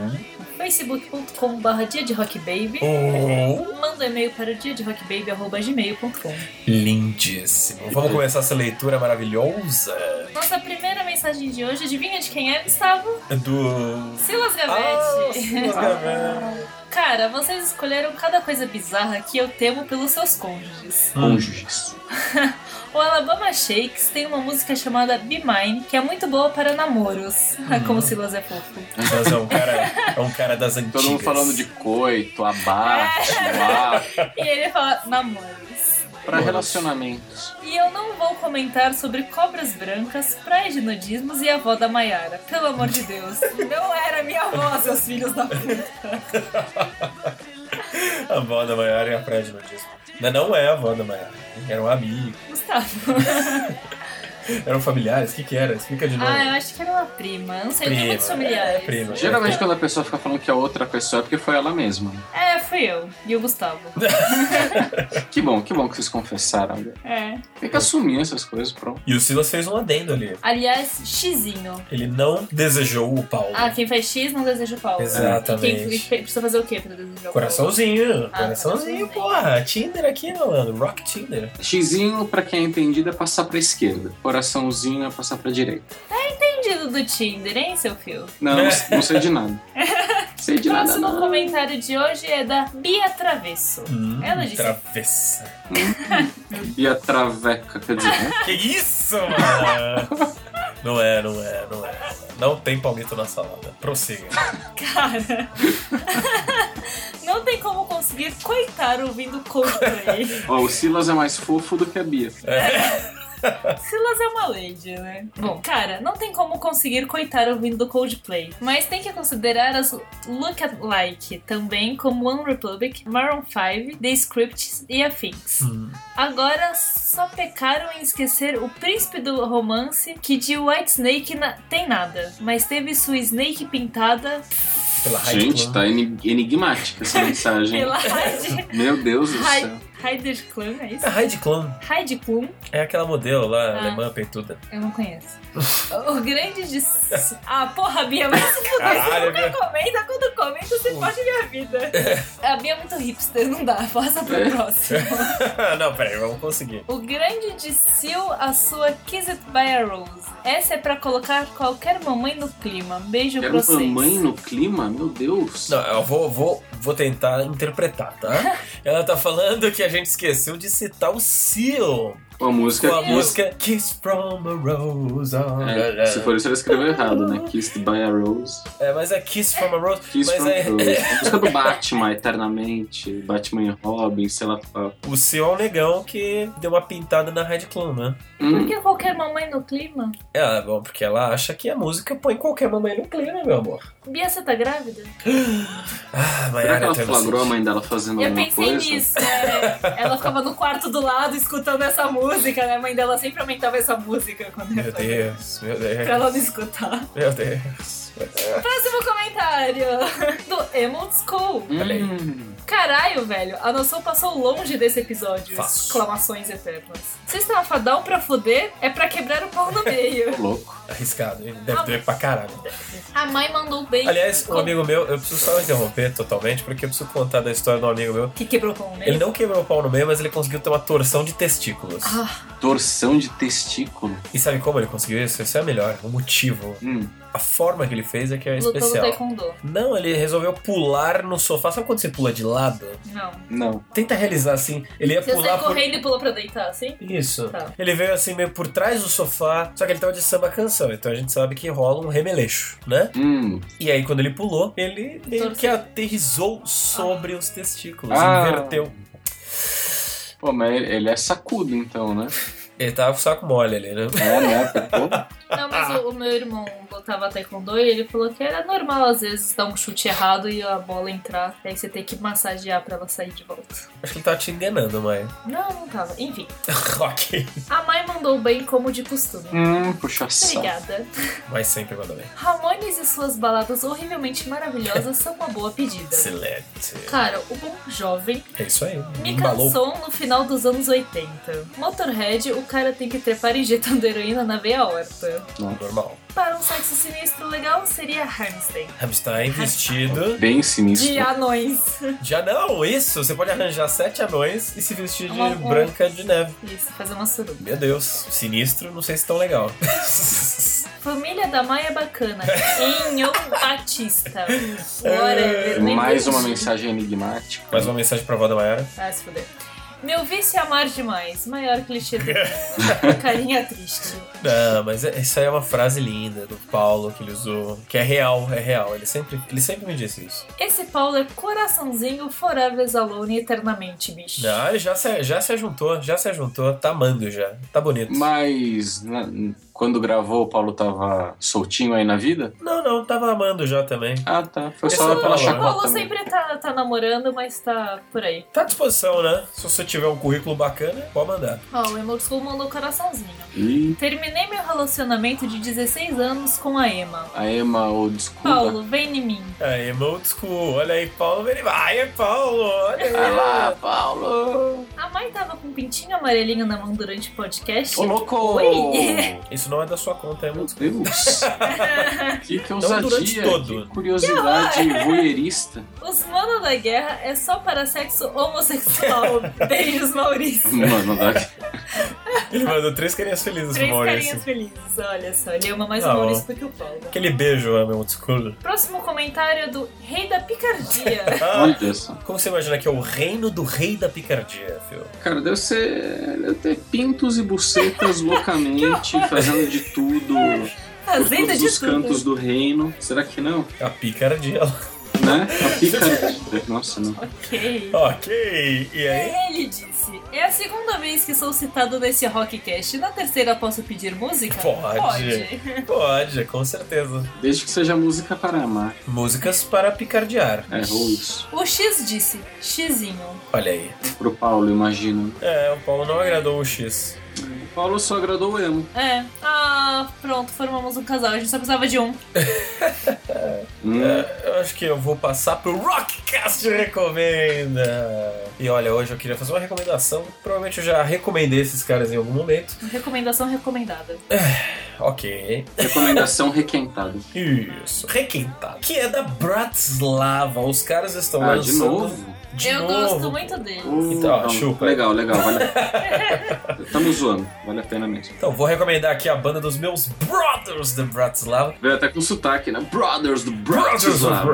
facebook.com.br dia de rockbaby,
Ou.
manda um e-mail para diaderockbaby.gmail.com.
Lindíssimo. Vamos começar essa leitura maravilhosa
Nossa primeira mensagem de hoje, adivinha de quem é, Gustavo?
do.
Silas
Ah,
Gavetti.
Silas Gavetti.
Cara, vocês escolheram cada coisa bizarra que eu temo pelos seus cônjuges.
Cônjuges.
O Alabama Shakes tem uma música chamada Be Mine, que é muito boa para namoros. Ah,
Hum.
Como Silas é fofo.
Mas é um cara, é um cara das antigas.
Todo mundo falando de coito, abate,
É.
uau.
E ele fala namoros.
Pra relacionamentos.
E eu não vou comentar sobre cobras brancas, praias de nudismos e a avó da Maiara. Pelo amor de Deus. Não era minha avó, seus filhos da puta.
A avó da Maiara e a Fred no disco. Mas não é a avó da Maiara. Era um amigo,
Gustavo.
eram familiares, o que que era? Explica de novo.
Ah, eu acho que era uma prima. Eu Não sei,
Prima,
tem muitos
é,
familiares.
prima.
Geralmente quando a pessoa fica falando que a outra pessoa é porque foi ela mesma. né?
É, fui eu. E o Gustavo.
Que bom, que bom que vocês confessaram. né?
É.
Tem que assumir essas coisas, pronto.
E o Silas fez um adendo ali.
Aliás, xizinho.
Ele não desejou o Paulo.
Ah, quem faz X não deseja o pau.
Exatamente.
E quem quem precisa fazer o quê pra desejar o pau?
Coraçãozinho,
Ah,
coraçãozinho,
tá.
porra. Tinder aqui, mano. Rock Tinder.
Xzinho, pra quem é entendido, é passar pra esquerda. Coraçãozinho é passar pra direita.
Entendido do Tinder, hein, seu fio?
Não, não sei de nada. Sei de nada,
Próximo
não.
comentário de hoje é da Bia Travesso.
Hum,
Ela disse-
Travessa.
E a traveca, quer dizer, né?
Que isso, mano? Não é, não é, não é. Não tem palmito na salada. Prossiga.
Cara, não tem como conseguir coitar ouvindo Coldplay.
Ó, o Silas é mais fofo do que a Bia.
Silas é uma lady, né? Bom, cara, não tem como conseguir coitar ouvindo do Coldplay, mas tem que considerar as Look at Like, também como One Republic, Maroon 5, The Scripts e afins.
Hum.
Agora só pecaram em esquecer o príncipe do romance, que de White Snake na- tem nada, mas teve sua Snake pintada
Pela raiva.
Gente, tá enig- enigmática tá essa mensagem.
pela Hyde.
Meu Deus do
Ai.
céu.
Heidi Klum, é isso?
É Heidi Klum.
Heidi Klum,
É aquela modelo lá,
Ah.
alemã, peituda.
eu não conheço. o grande de... Ah, porra, Bia, mas se você
Caralho,
nunca
Bia.
comenta, quando comenta você pode minha vida. A Bia é muito hipster, não dá, passa pro
É.
próximo.
não, peraí, vamos conseguir.
O grande de Sil, a sua Kissed by a Rose. Essa é pra colocar qualquer mamãe no clima. Beijo pra
Quero
vocês.
mamãe no clima? Meu Deus.
Não, eu vou, vou, vou tentar interpretar, tá? Ela tá falando que a gente esqueceu de citar o Seal.
Com a música
Com a
Kiss.
música Kiss from a Rose.
É, se for isso, ela escreveu errado, né? Kissed by a Rose.
É, mas é Kiss from a Rose.
Kiss
mas
from
é...
a Rose. A música do Batman, eternamente. Batman e Robin, sei lá. qual.
O Seal é um negão que deu uma pintada na Red Clone, né?
Hum?
Por que qualquer mamãe no clima?
É, bom, porque ela acha que a música põe qualquer mamãe no clima, meu amor.
Bia, você tá grávida?
Ah,
Será que
Mayara
ela
Tremacete.
flagrou a mãe dela fazendo
Eu
alguma
pensei
coisa?
nisso, né? Ela ficava no quarto do lado escutando essa música, né? A mãe dela sempre aumentava essa música quando eu
Meu
fazia,
Deus, meu
Pra ela
Deus.
não escutar.
Meu Deus.
Próximo comentário! Do Emond School.
Olha aí.
Caralho, velho, a noção passou longe desse episódio.
Fácil.
Exclamações eternas. Vocês estão afadão pra foder? É pra quebrar o pau no meio.
Louco.
Arriscado, ele deve doer pra caralho.
A mãe mandou bem.
Aliás, um amigo meu, eu preciso só interromper totalmente, porque eu preciso contar da história de um amigo meu.
Que quebrou o pau no meio.
Ele não quebrou o pau no meio, mas ele conseguiu ter uma torção de testículos.
Ah,
Torção de testículo.
E sabe como ele conseguiu isso? Isso é melhor, o motivo.
Hum.
A forma que ele fez é que é
lutou no
especial.
taekwondo.
Não, ele resolveu pular no sofá. Sabe quando você pula de lado?
Não.
Não.
Tenta realizar assim. Ele ia
Se eu
pular
sair
por.
correndo e pulou pra deitar, assim?
Isso.
Tá.
Ele veio assim meio por trás do sofá, só que ele tava de samba canção, então a gente sabe que rola um remeleixo, né?
Hum.
E aí quando ele pulou, ele meio que aterrizou sobre os testículos,
Ah.
inverteu.
Pô, mas ele ele é sacudo então, né?
Ele tava com o saco mole ali, né?
É, né? Pô,
Não, mas
Ah.
o, o meu irmão lutava taekwondo e ele falou que era normal às vezes dar um chute errado e a bola entrar. Aí você tem que massagear pra ela sair de volta.
Acho que ele tava te enganando, mãe.
Não, não tava. Enfim.
ok.
A mãe mandou bem como de costume.
Hum, puxa saco.
Obrigada.
Mas sempre manda bem.
Ramones e suas baladas horrivelmente maravilhosas são uma boa pedida.
Select.
Cara, o Bom Jovem
É isso aí.
me
Embalou.
cansou no final dos anos 80. Motorhead, o cara tem que trepar injetando heroína na veia horta.
Normal.
Para um sexo sinistro legal seria Hamstein.
Hamstein vestido.
Bem sinistro.
De anões.
De anão, isso! Você pode arranjar sete anões e se vestir de
Uma- uma-
branca de neve.
Isso, fazer uma suruba.
Meu Deus, sinistro, não sei se tão legal.
Família da Maia é Bacana. Enhon Batista. Whatever. nem
Mais uma
entendi.
mensagem enigmática.
Mais uma mensagem pra vó da Mayara.
Ah, se fuder. Meu vício é amar demais. Maior clichê do mundo. Carinha triste.
Não, mas é- isso aí é uma frase linda do Paulo que ele usou, que é real, é real. Ele sempre, ele sempre me disse isso.
Esse Paulo é coraçãozinho forever alone eternamente, bicho.
Ah,
Não, ele já se, já se ajuntou, já se ajuntou, tá amando já, tá bonito.
Mas na- quando gravou, o Paulo tava soltinho aí na vida?
Não, não, tava amando já também.
Ah, tá. Foi
Esse
só
é o
pela
Paulo.
O Paulo
chacota. mesmo.
sempre tá, tá namorando, mas tá por aí.
Tá à disposição, né? Se você tiver um currículo bacana, pode mandar.
Ó, o Emote School mandou coraçãozinho.
Ih,
Terminei meu relacionamento de 16 anos com a Emma.
a Emma, ou desculpa.
Paulo, vem em mim.
Aí, Mold School, olha aí, Paulo vem. Ai, é Paulo, olha aí.
Vai lá, Paulo!
A mãe tava com um pintinho amarelinho na mão durante o podcast.
Ô, louco!
Oi.
Isso não é da sua conta, é
Meu
muito.
Deus! que, que
Então, durante
ousadia!
todo.
Que curiosidade voyeurista.
Os Mano da Guerra é só para sexo homossexual. Beijos, Maurício.
Mano, dá...
Ele mandou três carinhas felizes pro
Três
Maurício.
carinhas felizes, olha só. Ele ama mais
Ah,
o Maurício
ó.
do que o Paulo.
Aquele beijo, é, meu Mold School.
Próximo comentário é do Rei da Picardia.
Ah,
olha só.
Como você imagina que é o reino do rei da picardia, Phil?
Cara, deve ser. Deve ter pintos e bucetas loucamente, fazendo de tudo. por
Fazenda
todos
de
os
tudo.
cantos do reino. Será que não?
É A picardia.
Né? A picardia. Nossa, não.
Ok.
ok, e aí?
Ele disse: É a segunda vez que sou citado nesse Rockcast. Na terceira posso pedir música?
Pode. Pode, com certeza.
Desde que seja música para amar.
Músicas para picardiar.
É, ou isso.
O X disse: Xzinho.
Olha aí.
Pro Paulo, imagino.
É, o Paulo não agradou o X.
O Paulo só agradou o emo.
É. Ah, pronto, formamos um casal. A gente só precisava de um.
Hum,
Eu acho que eu vou passar pro Rockcast Recomenda. E olha, hoje eu queria fazer uma recomendação. Provavelmente eu já recomendei esses caras em algum momento.
Recomendação recomendada.
Ok.
Recomendação requentada.
Isso. Requentado. Que é da Bratislava. Os caras estão
Ah, de
lançando...
novo?
De
eu
novo.
gosto muito deles.
Então, chupa.
Legal, legal. Vale Estamos zoando, vale a pena mesmo.
Então, vou recomendar aqui a banda dos meus brothers da Bratislava.
Veio até com sotaque, né? Brothers do
Brothers of
Bratislava.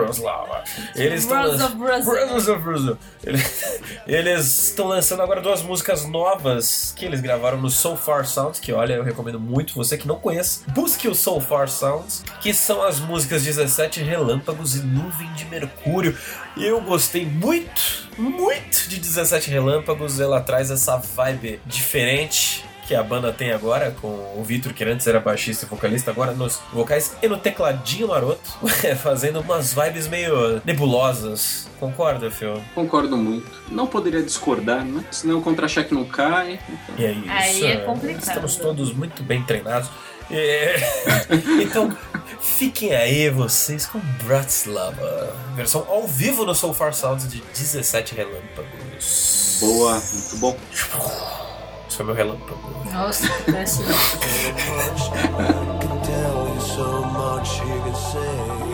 Bratislava. Eles estão
Brothers
lan-
of Bratislava.
Brothers of Bratislava. Eles- Eles estão lançando agora duas músicas novas que eles gravaram no So Far Sounds, que olha, eu recomendo muito. Você que não conhece, busque o So Far Sounds, que são as músicas 17 Relâmpagos e Nuvem de Mercúrio. E Eu gostei muito, muito de 17 Relâmpagos. Ela traz essa vibe diferente que a banda tem agora, com o Vitor, que antes era baixista e vocalista, agora nos vocais e no tecladinho maroto, fazendo umas vibes meio nebulosas. Concorda, Phil?
Concordo muito. Não poderia discordar, né? Senão o contra-cheque não cai.
E é isso.
Aí é complicado.
Estamos todos muito bem treinados. É. então, fiquem aí vocês com Bratislava. Versão ao vivo no Soul Far Sounds de 17 relâmpagos.
Boa, muito bom.
Esse foi meu relâmpago.
Nossa, parece.
Tell you so much you can say.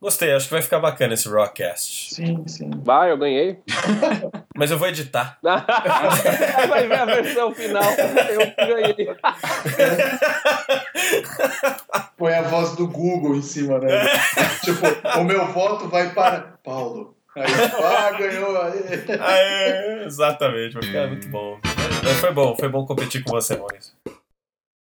Gostei, acho que vai ficar bacana esse Rockcast.
Sim, sim.
Vai, eu ganhei.
Mas eu vou editar.
Vai ver a versão final. Eu ganhei.
Põe a voz do Google em cima, né? tipo, o meu voto vai para Paulo. Aí, ah, ganhou. Aê.
Ah, é, exatamente, vai ficar muito bom. Mas foi bom, foi bom competir com você, Maurício.